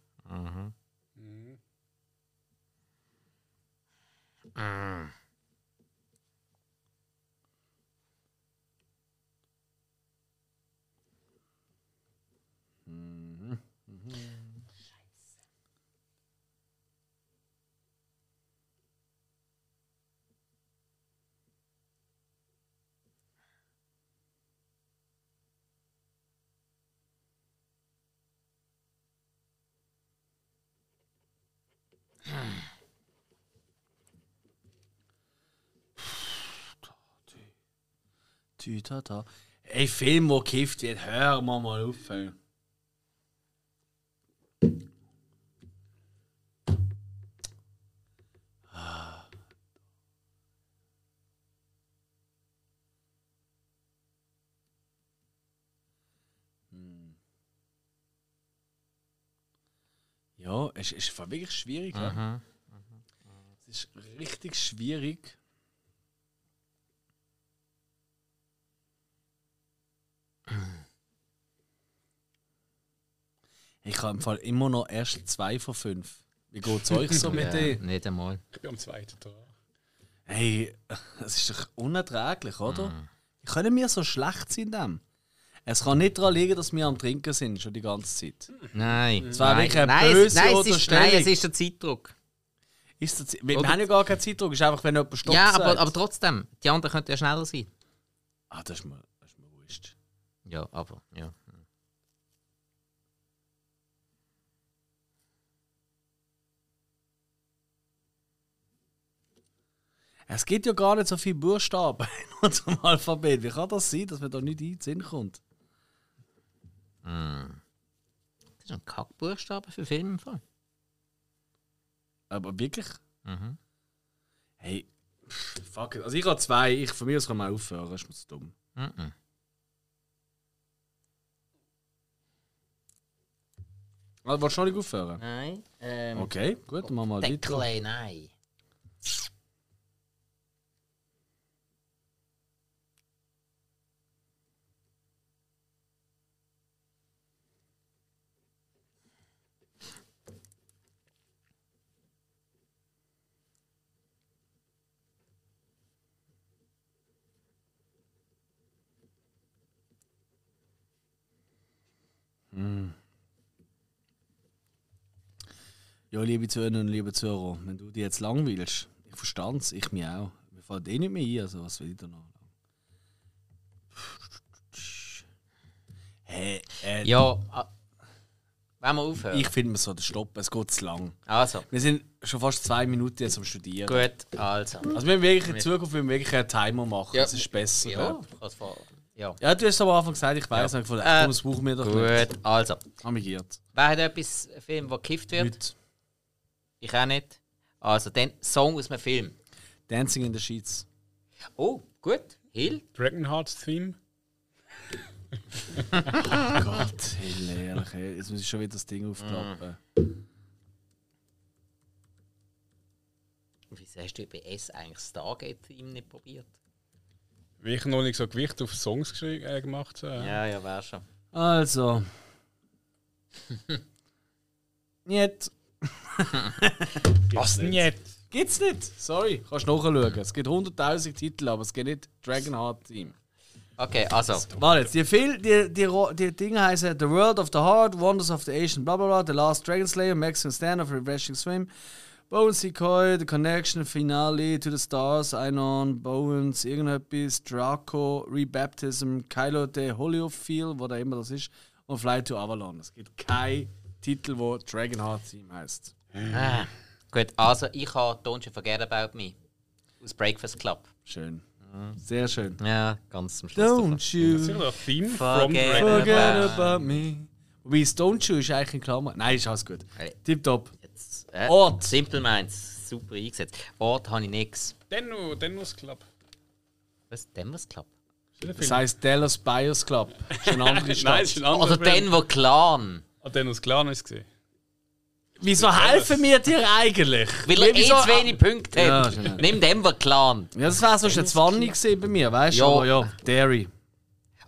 Tütata. Ey, Film, wo gekifft wird, hör mal mal auf. Ey. Hm. Ja, es es ist wirklich schwierig. Ja. Es ist richtig schwierig. Ich habe im Fall immer noch erst zwei von fünf. Wie geht's euch so mit Ja, denen? nicht einmal. Ich bin am zweiten dran. Hey, es ist doch unerträglich, oder? Wie können wir so schlecht sein in dem? Es kann nicht daran liegen, dass wir am Trinken sind, schon die ganze Zeit. Nein. Es war nein. wirklich eine nein, böse nein, es ist, Unterstellung. nein, es ist der Zeitdruck. Ist das, wir Oder- haben ja gar keinen Zeitdruck, es ist einfach, wenn jemand stoppt. ja, sagt. aber, aber trotzdem. Die anderen könnten ja schneller sein. Ah, das ist mir, das ist mir wurscht. Ja, aber, ja. Es gibt ja gar nicht so viele Buchstaben in unserem Alphabet. Wie kann das sein, dass mir da nicht in den Sinn kommt? Das ist ein Kackbuchstabe für Filme im Fall. Aber wirklich? Hey, pff, fuck it. Also ich habe zwei, ich, von mir aus kann man aufhören, ist mir zu dumm. Mhm. Also, willst du noch nicht aufhören? Nein. Ähm, Okay, gut, dann machen wir mal weiter. Deckel, nein. Ja, liebe Zuhörerinnen und liebe Zuhörer, wenn du dich jetzt langweilst, ich verstehe es, ich mich auch. Mir fällt eh nicht mehr ein, also was will ich da noch? Hey, äh, Ja, ah, wollen wir aufhören? ich finde, man sollte stoppen, es geht zu lang. also, Wir sind schon fast zwei Minuten jetzt am Studieren. gut, also. Also wir haben wirklich in Zukunft wir haben wirklich einen Timer machen, Ja. das ist besser. Ja, kannst vor- ja. ja du hast aber am Anfang gesagt, ich weiß, ja. ich fand, Äh, komm, das brauchen wir doch nicht. Gut, also. Amigiert. Wer hat etwas, einen Film, der gekifft wird? Nicht. Ich auch nicht. Also, dann Song aus einem Film. Dancing in the Sheets. Oh, gut. Hill? Dragon Hearts Theme. Gott, hey, ehrlich, ey. jetzt muss ich schon wieder das Ding Mhm. aufklappen. Wieso hast du bei S eigentlich Stargate-Theme nicht probiert? Wie ich noch nicht so Gewicht auf Songs geschri- äh, gemacht habe. Ja, ja, wär schon. Also. Nicht. Was denn jetzt? Gibt's nicht. Sorry, kannst nachschauen. Es gibt 100.000 Titel, aber es gibt nicht Dragon Heart Team. Okay, also. Warte jetzt, die, Fil die, die, Ro- die Dinge heißen The World of the Heart, Wonders of the Asian, bla bla bla, The Last Dragon Slayer, Maximum Stand of Refreshing Swim, Bowen Sequoia, The Connection, Finale, To the Stars, Einon, Bowens, irgendetwas, Draco, Rebaptism, Kylo de Holyophil, was auch immer das ist, und Fly to Avalon. Es gibt keinen Titel, wo Dragon Heart Team heißt. Ah. Gut, also ich habe Don't You Forget About Me aus Breakfast Club. Schön. Sehr schön. Ja, ganz zum Schluss. davon. Mhm. Don't you Sicher noch Theme from Forget Dragon. forget about me. Wobei Stone Shoe ist eigentlich in Klammer. Nein, ist alles gut. Hey. Tipptopp. Jetzt, äh, Ort. Simple Minds, super eingesetzt. Ort habe ich nichts. Denno, Denno's Club. Was denn was klappt? Ist das ein Das Film? heisst Dallas Buyers Club. Das ist eine andere Stadt. Nein, es ist ein anderer Oder Film. Also, den, wo Clan. Ah, Denno's Clan ist gesehen. Wieso helfen wir dir eigentlich? Weil er eh Wieso- zu wenig Punkte Ja, hat. ist ja- Nimm den, wo Clan. Ja, das wäre sonst eine 20 gewesen bei mir, weißt du? Ja. Aber ja, Dairy.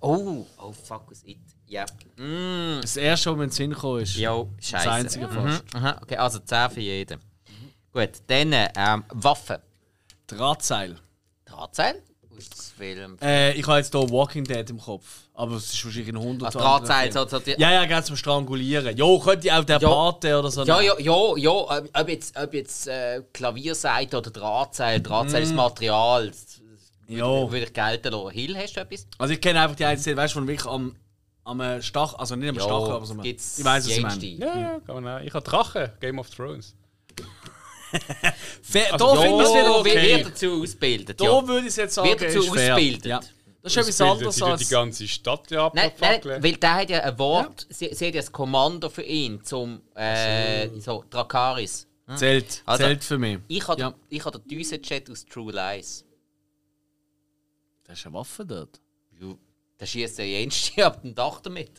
Oh, oh, fuck was it. Ja. Mm. Das erste, was mir in den Sinn gekommen ist. Jo, Das scheiße. einzige fast. Aha, okay, also 10 für jeden. Gut, dann ähm, Waffen. Drahtseil. Drahtseil? Aus dem Film. Äh, ich habe jetzt hier Walking Dead im Kopf. Aber es ist wahrscheinlich in 100 Also anderen Drahtseil, Filmen. so- so die- Ja, ja, ganz zum Strangulieren. Jo, könnte auch der Ja. Pate oder so. Ja, ja, ja, ja. ob- Ob jetzt, ob jetzt äh, Klavierseite oder Drahtseil, Drahtseil Mhm. ist Material. Das- das Jo. Würde ich gelten lassen. Hill, hast du etwas? Also ich kenne einfach die einzelnen, weißt du, von wirklich am, am äh, Stachel, also nicht am Stachel, aber so am, Ich gibt's weiß es jenste. nicht. Ja, ja, kann man auch. Ich habe Drache, Game of Thrones. Da Also, finde ich es Oh, wird- wieder Wird okay. dazu ausgebildet. Da Ja. würde ich es jetzt sagen, Wird dazu ist fair. ausgebildet. Ja. Das ist etwas Ausbildet anderes sie durch die als... ganze Stadt ja Nein, nein, abfackeln. weil der hat ja ein Wort, sie, sie hat ja das Kommando für ihn zum äh, so Drakaris. Zählt, Also- zählt für mich. Ich habe Ja. ich habe den Düsenjet aus True Lies. Das ist eine Waffe dort. Da schießt der Jenste ab dem Dach damit.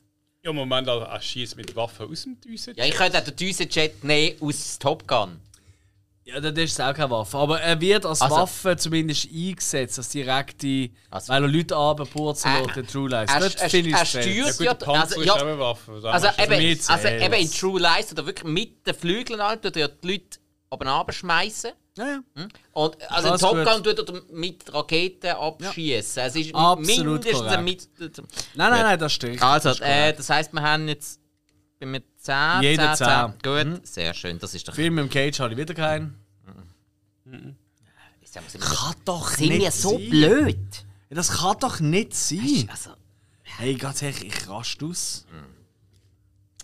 Ja, Moment, also, er schießt mit Waffen aus dem Düsen. Ja, ich könnte auch den Düsenjet nehmen aus Top Gun. Ja, dann ist es auch keine Waffe. Aber er wird als Also- Waffe zumindest eingesetzt, als direkte... Also- weil er Leute abpurzen Er- lässt, den True Lies. er- Das er- finde ich er es fair. steuert- ja, gut, der also, Panzer ist ja. auch eine Waffe. da Also hast du das eben, mit also zählt. eben in True Lies oder wirklich mit den Flügeln an, tut er die Leute oben abschmeißen. Ja, ja. Und also Alles Top gut. Gun tut er mit Raketen abschießen. Es ist Absolut mindestens ein korrekt. mit. Nein, nein, nein, das stimmt. Also, das ist äh, das heisst, wir haben jetzt bei mir 10, Jeder Mhm. 10, 10. Gut, sehr schön. Das ist doch. Film im Cage habe ich wieder keinen. Jetzt haben wir- sind Kann doch wir ja so blöd. Ja, Das kann doch nicht sein. Also, Hey, ganz ehrlich, ich raste aus.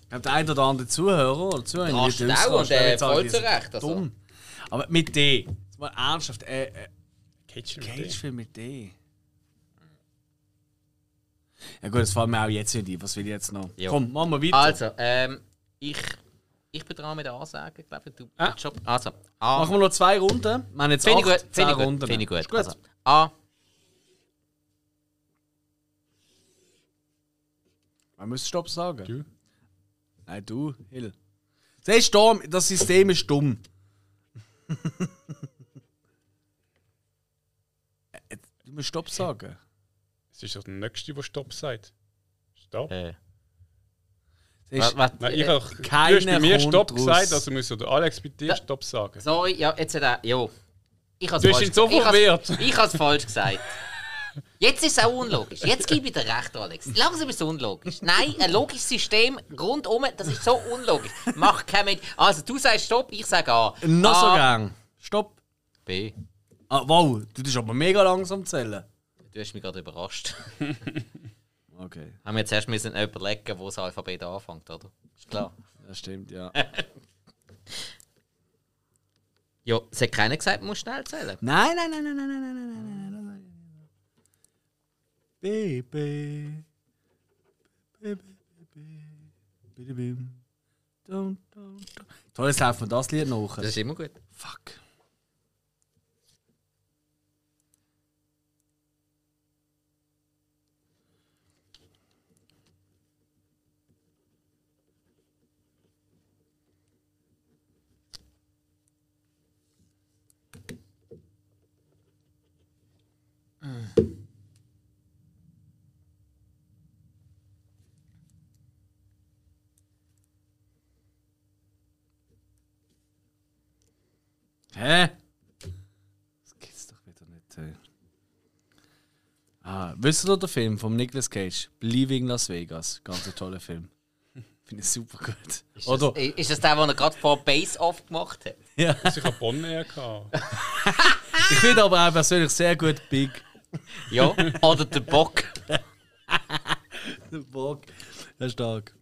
Ich glaube, der ein oder andere Zuhörer oder Zuhörer Rastet auch und, äh, voll zu Recht, also. Dumm. halt Aber mit D. Jetzt mal ernsthaft, äh, äh, Cage mit dem. Cagefilm mit D. Ja gut, das fällt mir auch jetzt nicht ein. Was will ich jetzt noch? Ja. Komm, machen wir weiter. also ähm, ich, ich bin dran mit der Ansage, glaube ich. Du, Ah. Job. Also, A. Machen wir noch zwei Runden. Wir haben jetzt Finde ich acht, gut, finde zehn ich gut. Runden. Finde ich gut. Ist gut. Also, A. Man muss Stopp sagen. Du. Nein, du, Hill. Siehst du, das System ist dumm. Äh, du musst Stopp sagen. Es ist doch der Nächste, der Stopp sagt. Stopp. Äh, Siehst, was- Nein, äh, ich auch, du keiner hast bei mir kommt Stopp raus. gesagt, also muss ja der Alex bei dir Da- Stopp sagen. Sorry, ja, jetzt hat er. Jo. Ich hab's Du hast falsch ihn so gesagt. Ich verwirrt. hab's, ich hab's falsch gesagt. Jetzt ist es auch unlogisch. Jetzt gebe ich dir recht, Alex. Langsam ist es unlogisch. Nein, ein logisches System rundum, das ist so unlogisch. Mach kein Mensch. Also, du sagst Stopp, ich sage A. noch so A, gang. Stopp. B. Ah, wow, du bist aber mega langsam zählen. Du hast mich gerade überrascht. Okay, Haben wir jetzt erst müssen überlegen, wo das Alphabet anfängt, oder? Ist klar. das stimmt, ja. Ja, es hat keiner gesagt, man muss schnell zählen. Nein, nein, nein, nein, nein, nein, nein, nein, nein, nein, nein. Baby. Baby, baby. Bidi bim. don't, don't, don't. Toll, jetzt laufen wir das Lied nach. Das ist immer gut. Fuck. Hä? Das gibt's doch wieder nicht. Hey. Ah, wisst ihr den Film von Nicolas Cage? Leaving Las Vegas. Ganz ein toller Film. Finde ich super gut. Ist Oder? das, ist das der, den er gerade vor Base-Off gemacht hat? Ja. Also, Ich habe Bonn näher gehabt. Ich finde aber auch persönlich sehr gut Big Ja. Oder der Bock. Bock. Sehr stark.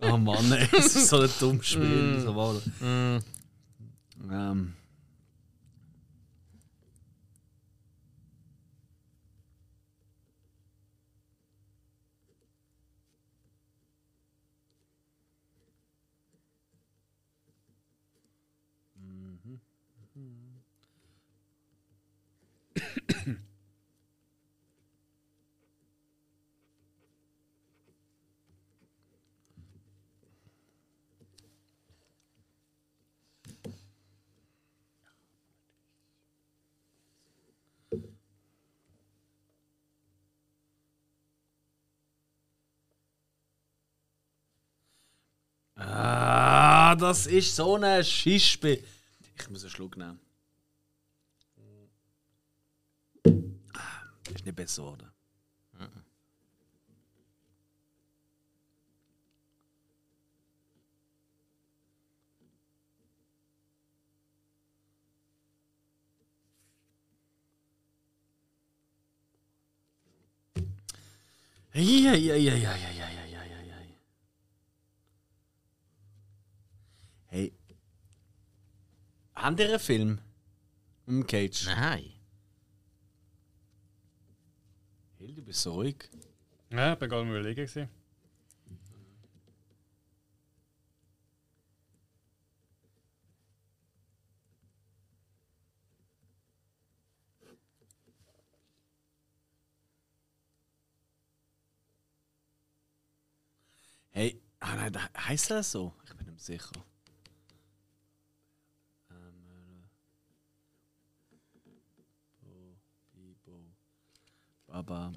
Oh Mann, ey. das ist so ein dummes Spiel. So war das. Ähm. Ah, das ist so ein Schissspiel. Ich muss einen Schluck nehmen. Ah, Ist nicht besser geworden. Eieieiei. Hey. Anderer Film im Cage. Nein. Hey, du bist so ruhig. Ja, ich war gerade am Überlegen. gewesen. Hey, ah nein, da- heisst das so? Ich bin nicht sicher. Ähm, äh, Bo- Bibo. Baba.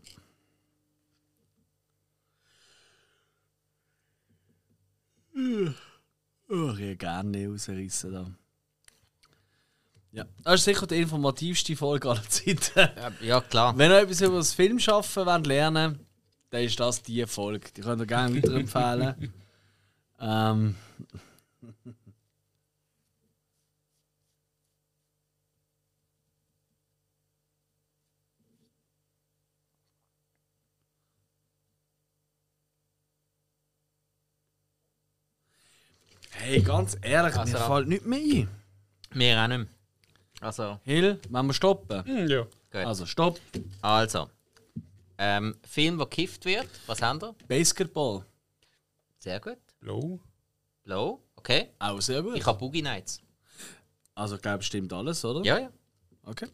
Oh, ich kann gar nicht rausreißen da. Ja, das ist sicher die informativste Folge aller Zeiten. Ja, klar. Wenn ihr etwas über das Film schaffen wollt lernen, dann ist das die Folge. Die könnt ihr gerne weiterempfehlen. ähm. Hey, ganz ehrlich, Also mir dann- fällt nichts mehr ein. Mir auch nicht mehr. Also, Hill, wollen wir stoppen? Hm, ja. gut. Also, stopp. Also. Ähm, Film, der gekifft wird. Was haben wir? Basketball. Sehr gut. Low. Low. Okay. Auch sehr gut. Ich habe Boogie Nights. Also, glaube stimmt alles, oder? Ja, ja. Okay.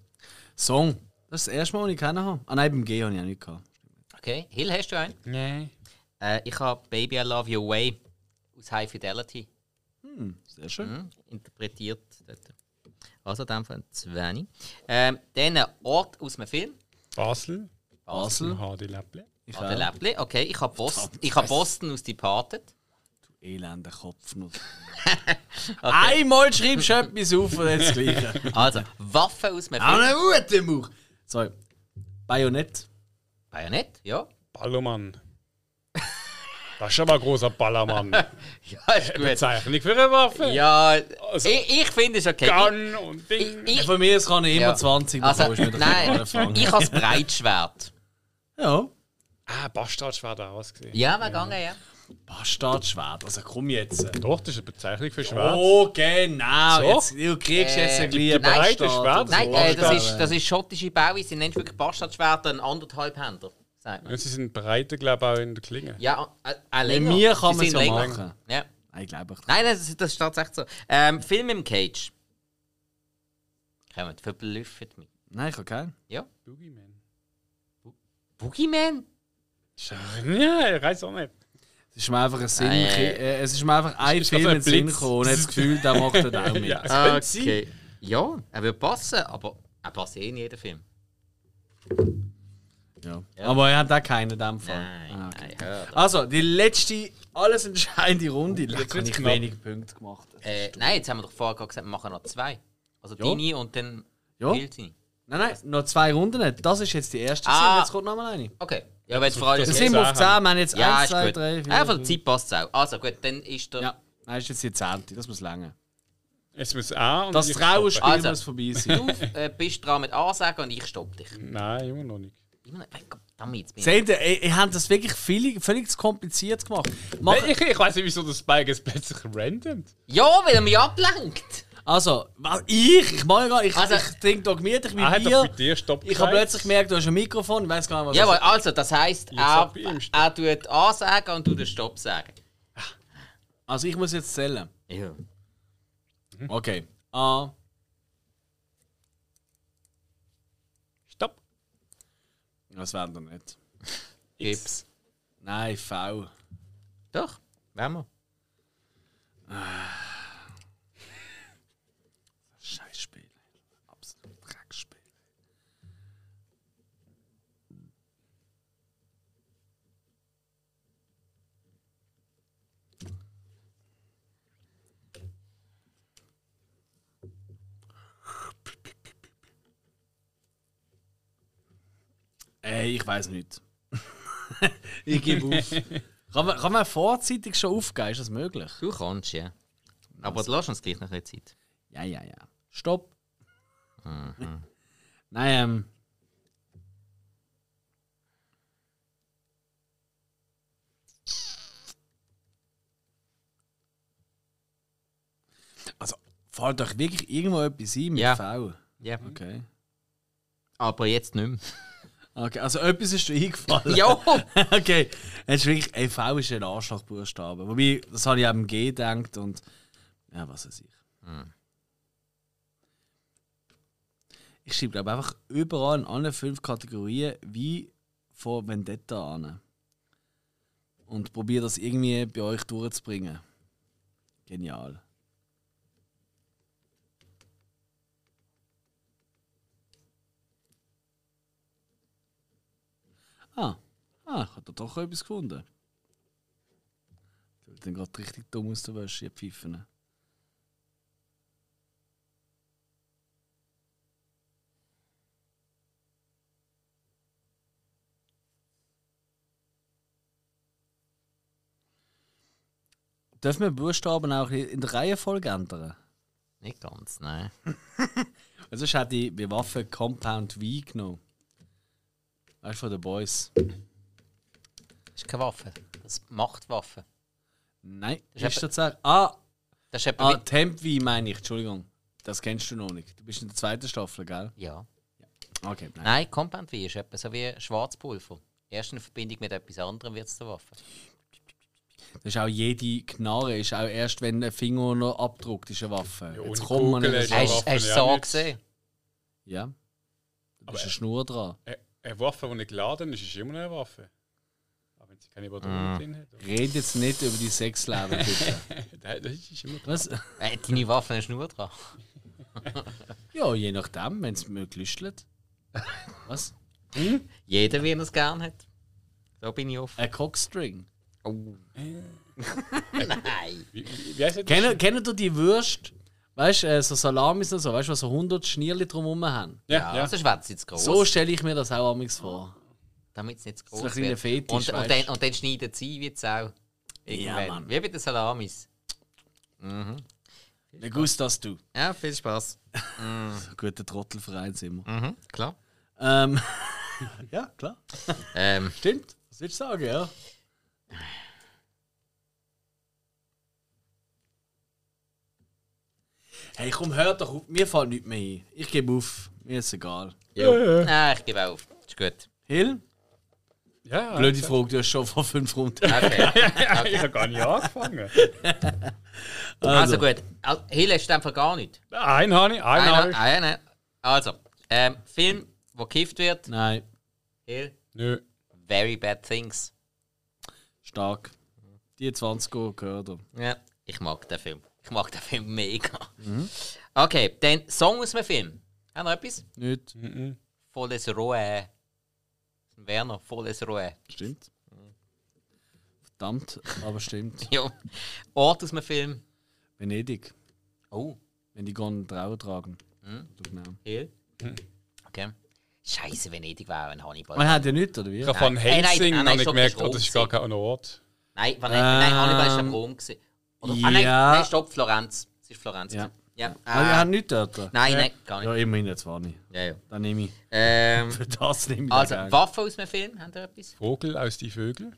Song. Das ist das erste Mal, was ich keinen habe. Ah nein, beim G habe ich auch nicht gehabt. Okay. Hill, hast du einen? Nein. Äh, ich habe Baby I Love Your Way aus High Fidelity Sehr schön. hm, interpretiert. Dort. Also, in dem Fall 20. Ähm, dann ein Ort aus dem Film. Basel. Basel. Ein HD-Läppchen. Ich Ah, der auch. Läppli. Okay, ich habe Boston, ich hab Boston aus Departed. Elender Kopf noch. Einmal schreibst du etwas auf und jetzt das Gleiche. Also, Waffen aus dem Auch Film. eine gute Mauch. So. Bajonett. Bajonett, ja. Ballermann. Das ist aber ein großer Ballermann. Ja, ist gut. Bezeichnung für eine Waffe. Ja, Also- ich, ich finde es okay. Gun und Ich, Ding. ich, ich, Von mir aus kann ich immer Ja. 20 also, bekommen, ist mir doch egal, nein, Frank. ich habe das Breitschwert. Ja. Ah, Bastardschwert auch ausgesehen. Ja, wir gegangen, ja. Bastardschwert. Also komm jetzt. Doch, das ist eine Bezeichnung für Schwert. Oh, genau. So? Jetzt, du kriegst jetzt ein Äh, gleiches nein, Bastard. Schwert. Nein, So äh, das, Bastard. ist, das ist schottische Bauweise. Sie nennt wirklich Bastardschwerter einen anderthalb Händer. Sagt man. Und sie sind breiter, glaube ich, auch in der Klinge. Ja, äh, äh, Bei länger. mir kann Sie man es sind ja länger. machen. Ja. Ah, Nein, glaube ich. Nein, das ist, das ist tatsächlich so. Ähm, Film im Cage. Kommen, viel belüftet mich. Nein, ich habe keinen. Ja. Boogeyman. Boogeyman? Ja, ich weiß auch nicht. Es ist mir einfach ein Sinn. Nein, Ah, ja, ja. äh, Es ist mir einfach ein Ist das Film ein in den Sinn Blitz? gekommen und ich habe das Gefühl, der macht das auch mit. Ja, okay. Ah, Okay. Ja, er würde passen, aber er passt eh in jeden Film. Ja. Aber er hat auch keinen in dem Fall. Nein, Ah, nein, hör doch. Also, die letzte, alles entscheidende Runde. Jetzt habe wird's ich knapp. wenig Punkte gemacht. Äh, nein, jetzt haben wir doch vorher gerade gesagt, wir machen noch zwei. Also Ja. deine und dann Ja. Hilti. Nein, nein, noch zwei Runden. Das ist jetzt die erste. Ah. gewesen. Jetzt kommt noch mal eine. Okay. Ja, aber jetzt vor allem. Wir Das sind wir auf Zehn. 10, wir haben jetzt ja, 1, 2, ist gut. 3, 4. ja, von der Zeit passt es auch. Also gut, dann ist der. Ja, nein, ist jetzt die 10. Das muss länger. Es muss A und Das ich Trauerspiel Also. muss vorbei sein. Äh, bist dran mit Ansagen und ich stopp dich. stoppe. Nein, immer noch nicht. Immer noch- Mein Gott, Damit jetzt bin ich. Seht ihr, ihr, ihr habt das wirklich viel, völlig zu kompliziert gemacht. Mach, Ich, ich weiß nicht, wieso der Spike jetzt plötzlich random. Ja, weil er mich ablenkt. also, wa- ich, ich mache gar ich, Also- ich trinke da gemütlich Er mit Ah, hat doch Bier. mit dir Stopp Ich habe gesagt. plötzlich gemerkt, du hast ein Mikrofon, ich weiß gar nicht, was Jawohl, also das heisst, er, hab ich im Stopp. er tut Ansagen und du den Stopp sagen. Also, ich muss jetzt zählen. Ja. Mhm. Okay. A, Stopp. das wären doch nicht. Gips. Nein, V. Doch, wenn wir. Scheiß Spiel. Absolut Dreckspiel. Ey, ich weiß nicht. ich gebe auf. Kann man, kann man vorzeitig schon aufgeben? Ist das möglich? Du kannst, ja. Aber lass uns gleich noch ein bisschen Zeit. Ja, ja, ja. Stopp. Nein, ähm. Also, fällt euch wirklich irgendwo etwas ein mit Ja. V? Ja. Okay. Aber jetzt nicht mehr. Okay, also etwas ist dir eingefallen. Ja! okay. Es ist wirklich, ey, V ist ein Arschlochbuchstabe. Wobei, das habe ich eben G gedacht und. Ja, was weiß ich. Ich schreibe, glaube einfach überall in allen fünf Kategorien wie von Vendetta an. Und probiere das irgendwie bei euch durchzubringen. Genial. Ah, ah ich habe da doch etwas gefunden. Ich bin gerade richtig dumm aus der Wäsche, ihr Pfiffen. Dürfen wir Buchstaben auch in der Reihenfolge ändern? Nicht ganz, nein. Weil Sonst hätte ich bei Waffe Compound V genommen. Weißt du, von den Boys. Das ist keine Waffe. Das macht Waffe. Nein, Das ist ist tatsächlich. Ah, Das ist etwa ah wie. Tempvi meine ich, Entschuldigung. Das kennst du noch nicht. Du bist in der zweiten Staffel, gell? Ja. Okay, nein. Nein, Compound V ist etwa so wie Schwarzpulver. Erst in Verbindung mit etwas anderem wird es zur Waffe. Das ist auch jede Knarre, ist auch erst, wenn ein Finger noch abdruckt, ist eine Waffe. Ja, Jetzt ohne kommt man Kugel nicht ist so. eine Hast hast Waffe du ja so nicht. gesehen? Ja. Da Aber- ist eine Schnur dran. Eine, eine Waffe, die nicht geladen ist, ist immer noch eine Waffe. Aber wenn sie keine Batterie drin hat. oder? Red jetzt nicht über die Sexleben, bitte. Nein, Das ist immer Was? Äh, deine Waffe ist nur dran. Ja, je nachdem, wenn es mir gelüstelt. Was? Jeder, wie er es gerne hat. Da bin ich offen. Ein Cockstring. Oh, Nein! Wie, wie, wie heisst das? Kennen, kennen du die Würst? Weißt du, äh, so Salamis und so, weißt du, was so 100 Schnierli drumherum haben? Ja, Ja, ja. sonst wäre es jetzt groß. So stelle ich mir das auch amigs vor. Ah, damit es nicht zu So ein groß kleiner wird. Fetisch, und, und, weißt dann, du. und dann schneiden sie wie Sau. Irgendwann. Mann. Wie bei den Salamis. Me gustas du. Ja, viel Spaß. So guter Trottelverein sind wir. Mhm, klar. Ähm, ja, klar. Ähm, Stimmt. Was willst du sagen, ja? Hey, komm, hör doch auf. Mir fällt nichts mehr ein. Ich gebe auf. Mir ist egal. ja. Nein, ich gebe auf. Ist gut. Hill? Ja, Blöde Frage, du hast schon vor fünf Runden. Okay. ja, ich habe gar nicht angefangen. Also gut. Also, Hill hast du einfach gar nicht. Einen habe ich, einen habe Einer, ich. einer. Also, ähm, Film, wo gekifft wird. Nein, Hill. Nö. Very Bad Things. stark. Die 20 Uhr gehört er. Ja, ich mag den Film. Ich mag den Film mega. Okay, dann Song aus dem Film. Haben wir etwas? Nicht. Volles Rohe. Werner, volles Rohe. Stimmt. Verdammt, aber stimmt. Ja. Ort aus dem Film. Venedig, Oh, wenn die gehen Trauer tragen. Du genau. Hill. Okay. Scheiße, Venedig wäre auch ein Hannibal. Man hat ja nichts, oder wie? Ich habe von Nein, nein, Helsing nein, noch nein, nicht stopp, gemerkt, das ist oh, das ist gar kein Ort. Nein, war nicht, nein, Hannibal ist Ähm, am Rom. gewesen. Oder, ah, nein, ja. nein, stopp, Florenz. Es ist Florenz. Ja. gewesen. ja. Ah, wir Ah, haben nichts dort. nein, nein, gar nicht. Ja, immerhin, jetzt war nicht. Ja, ja. Dann nehme ich. Ähm, Für das nehme ich also, den Gang. Waffe aus dem Film, haben ihr etwas? Vogel aus die Vögel.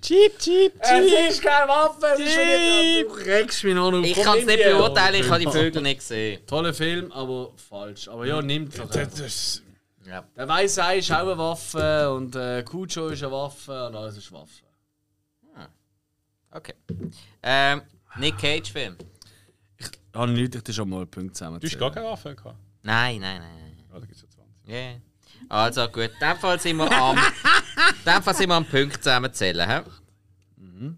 Cheep, cheep, cheep. ist keine Waffe, es schon nicht- Du regst mich noch Ich kann es nicht beurteilen, ich habe die Vögel nicht gesehen. Toller Film, aber falsch. Aber ja, nimmt doch. Das ist- Ja. Der Weißei ist auch eine Waffe und äh, Kucho ist eine Waffe und alles ist Waffe. Okay. Ähm, Nick Cage-Film. Ich habe nichts, ich habe schon mal einen Punkt zusammen. Du hast gar keine Waffe gehabt. Nein, nein, nein. Ja, Ah, da gibt's ja 20. Yeah. Also gut, in dem Fall sind wir am, in dem Fall sind wir am Punkt zusammenzählen. He?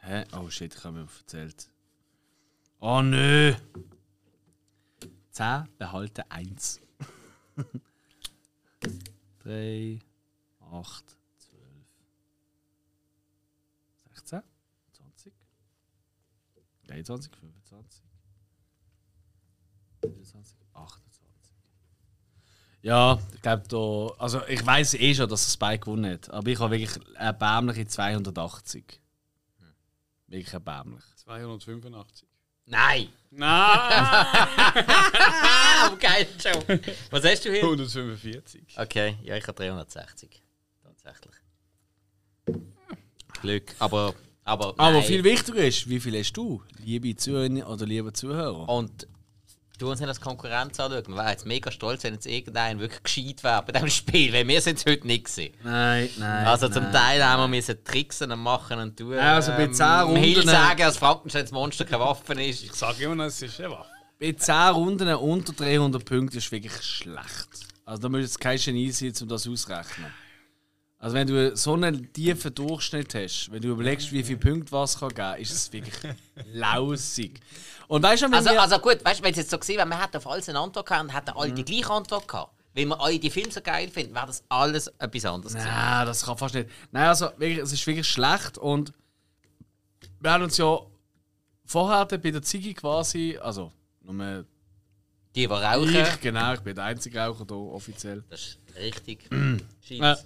Hä? Oh shit, ich habe mir erzählt. Oh nö! 10 behalten 1. 3, 8, 12, 16, 20, 23, 25, 27, 28. Ja, ich glaube, da. Also, ich weiß eh schon, dass der Spike gewonnen hat, aber ich habe wirklich erbärmliche 280. Wirklich erbärmlich. 285. Nein! Nein! Ah, geil, Joe. Was hast du hier? 145. Okay, ja, ich habe 360. Tatsächlich. Glück, aber. Aber, Aber nein. viel wichtiger ist, wie viel hast du, liebe Zuhörerin oder lieber Zuhörer? Und du uns nicht als Konkurrenz anschauen. Wir wären jetzt mega stolz, wenn jetzt irgendein wirklich gescheit wäre bei diesem Spiel, weil wir sind es heute nicht gewesen. Nein, nein. Also zum Teil haben wir müssen tricksen und machen und tun. Also bei 10 Runden- Hill sagen, als Frankensteins Monster keine Waffe ist. Ich sage immer, noch, es ist eine Waffe. Bei 10 Runden unter 300 Punkten ist wirklich schlecht. Also da müsste es kein Genie sein, um das auszurechnen. Also wenn du so einen tiefen Durchschnitt hast, wenn du überlegst, wie viele Punkte was kann geben, ist es wirklich lausig. Und weißt du, wenn Also, wir... also gut, weißt du, wenn es jetzt so gewesen wäre, wir hätten auf alles eine Antwort gehabt und hätten alle die gleiche Antwort gehabt. Weil wir alle die Filme so geil finden, wäre das alles etwas anderes gewesen. Nein, Ah, das kann fast nicht. Nein, also wirklich, es ist wirklich schlecht und wir haben uns ja vorher dann bei der Ziggy quasi, also nur Die, die rauchen, ich, genau, ich bin der einzige Raucher hier offiziell, das ist richtig scheiss. Ja.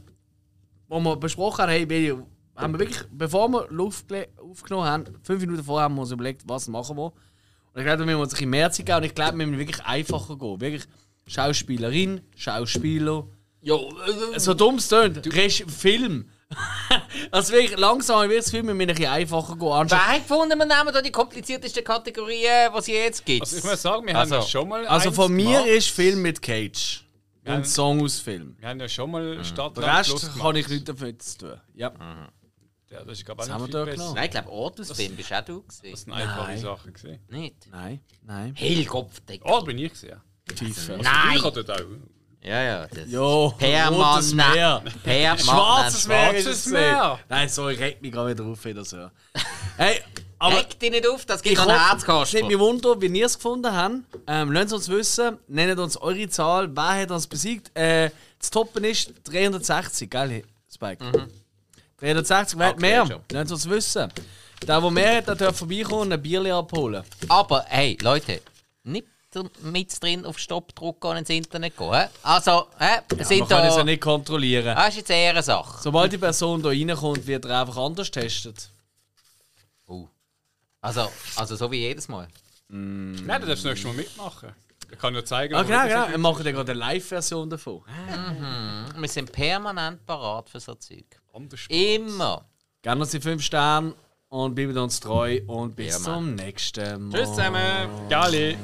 wo wir besprochen haben, hey, wir haben wir wirklich, bevor wir Luft gele- aufgenommen haben, fünf Minuten vorher haben wir uns überlegt, was machen wir. Und ich glaube, da müssen wir uns ein bisschen mehr Zeit geben und ich glaube, wir müssen wirklich einfacher gehen. Wirklich Schauspielerin, Schauspieler. Jo, äh, So dumm es tönt, Rest Film. also wirklich, langsam wird es Film, wir müssen ein bisschen einfacher gehen. anstatt- Wer hat gefunden, wir nehmen hier die kompliziertesten Kategorien, die es jetzt gibt? Also ich muss sagen, wir Also- haben ja schon mal. Also eins von mir gemacht. ist Film mit Cage. Und Song aus Film. Wir haben ja schon mal Stadt. Den Rest kann ich nicht dafür zu tun. Ja. Ja, das ist glaube ich haben auch wir nicht da viel besser. genommen? Nein, ich glaube, Ortusfilm bist auch du gewesen. Das sind einfache Nein. Sachen gesehen. Nicht? Nein, nein. Hellkopfdeck. Oh, bin ich gesehen. Tiefe. Nein! Ich hatte das auch. Ja, ja. Das Jo, rotes Meer. Permanent. Permanent. Schwarzes Meer ist es Schwarzes Meer. Meer. Nein, sorry, regt mich gar wieder auf, wenn das höre. Hey, aber Reg dich nicht auf, das ich gibt noch einen hoffe, es Herzkasper. nimmt mich wunder, wie ihr es gefunden habt. Ähm, lasst uns wissen, nennt uns eure Zahl, wer hat uns besiegt. Äh, das Toppen ist 360, gell, Spike? 360, wer hat Mhm. Okay, mehr? schon. Lasst uns wissen. Der, der mehr hat, der darf vorbeikommen und ein Bierchen abholen. Aber hey, Leute, nicht mit drin auf Stopp drücken und ins Internet gehen. hä? Also, hä? Man sind kann es da. ja nicht kontrollieren. Das ist jetzt eher eine Sache. Sobald die Person da reinkommt, wird er einfach anders testet. Oh. Also, also, so wie jedes Mal. Nein, du darfst nächstes Mal mitmachen. Ich kann ja zeigen, Ah, wo genau, das genau. Wir machen dann gerade eine Live-Version davon. Wir sind permanent parat für so Zeug. anders Immer. Gerne uns die 5 Sterne und bleibt uns treu und bis Ja, Mann. zum nächsten Mal. Oh. Tschüss zusammen. Gali.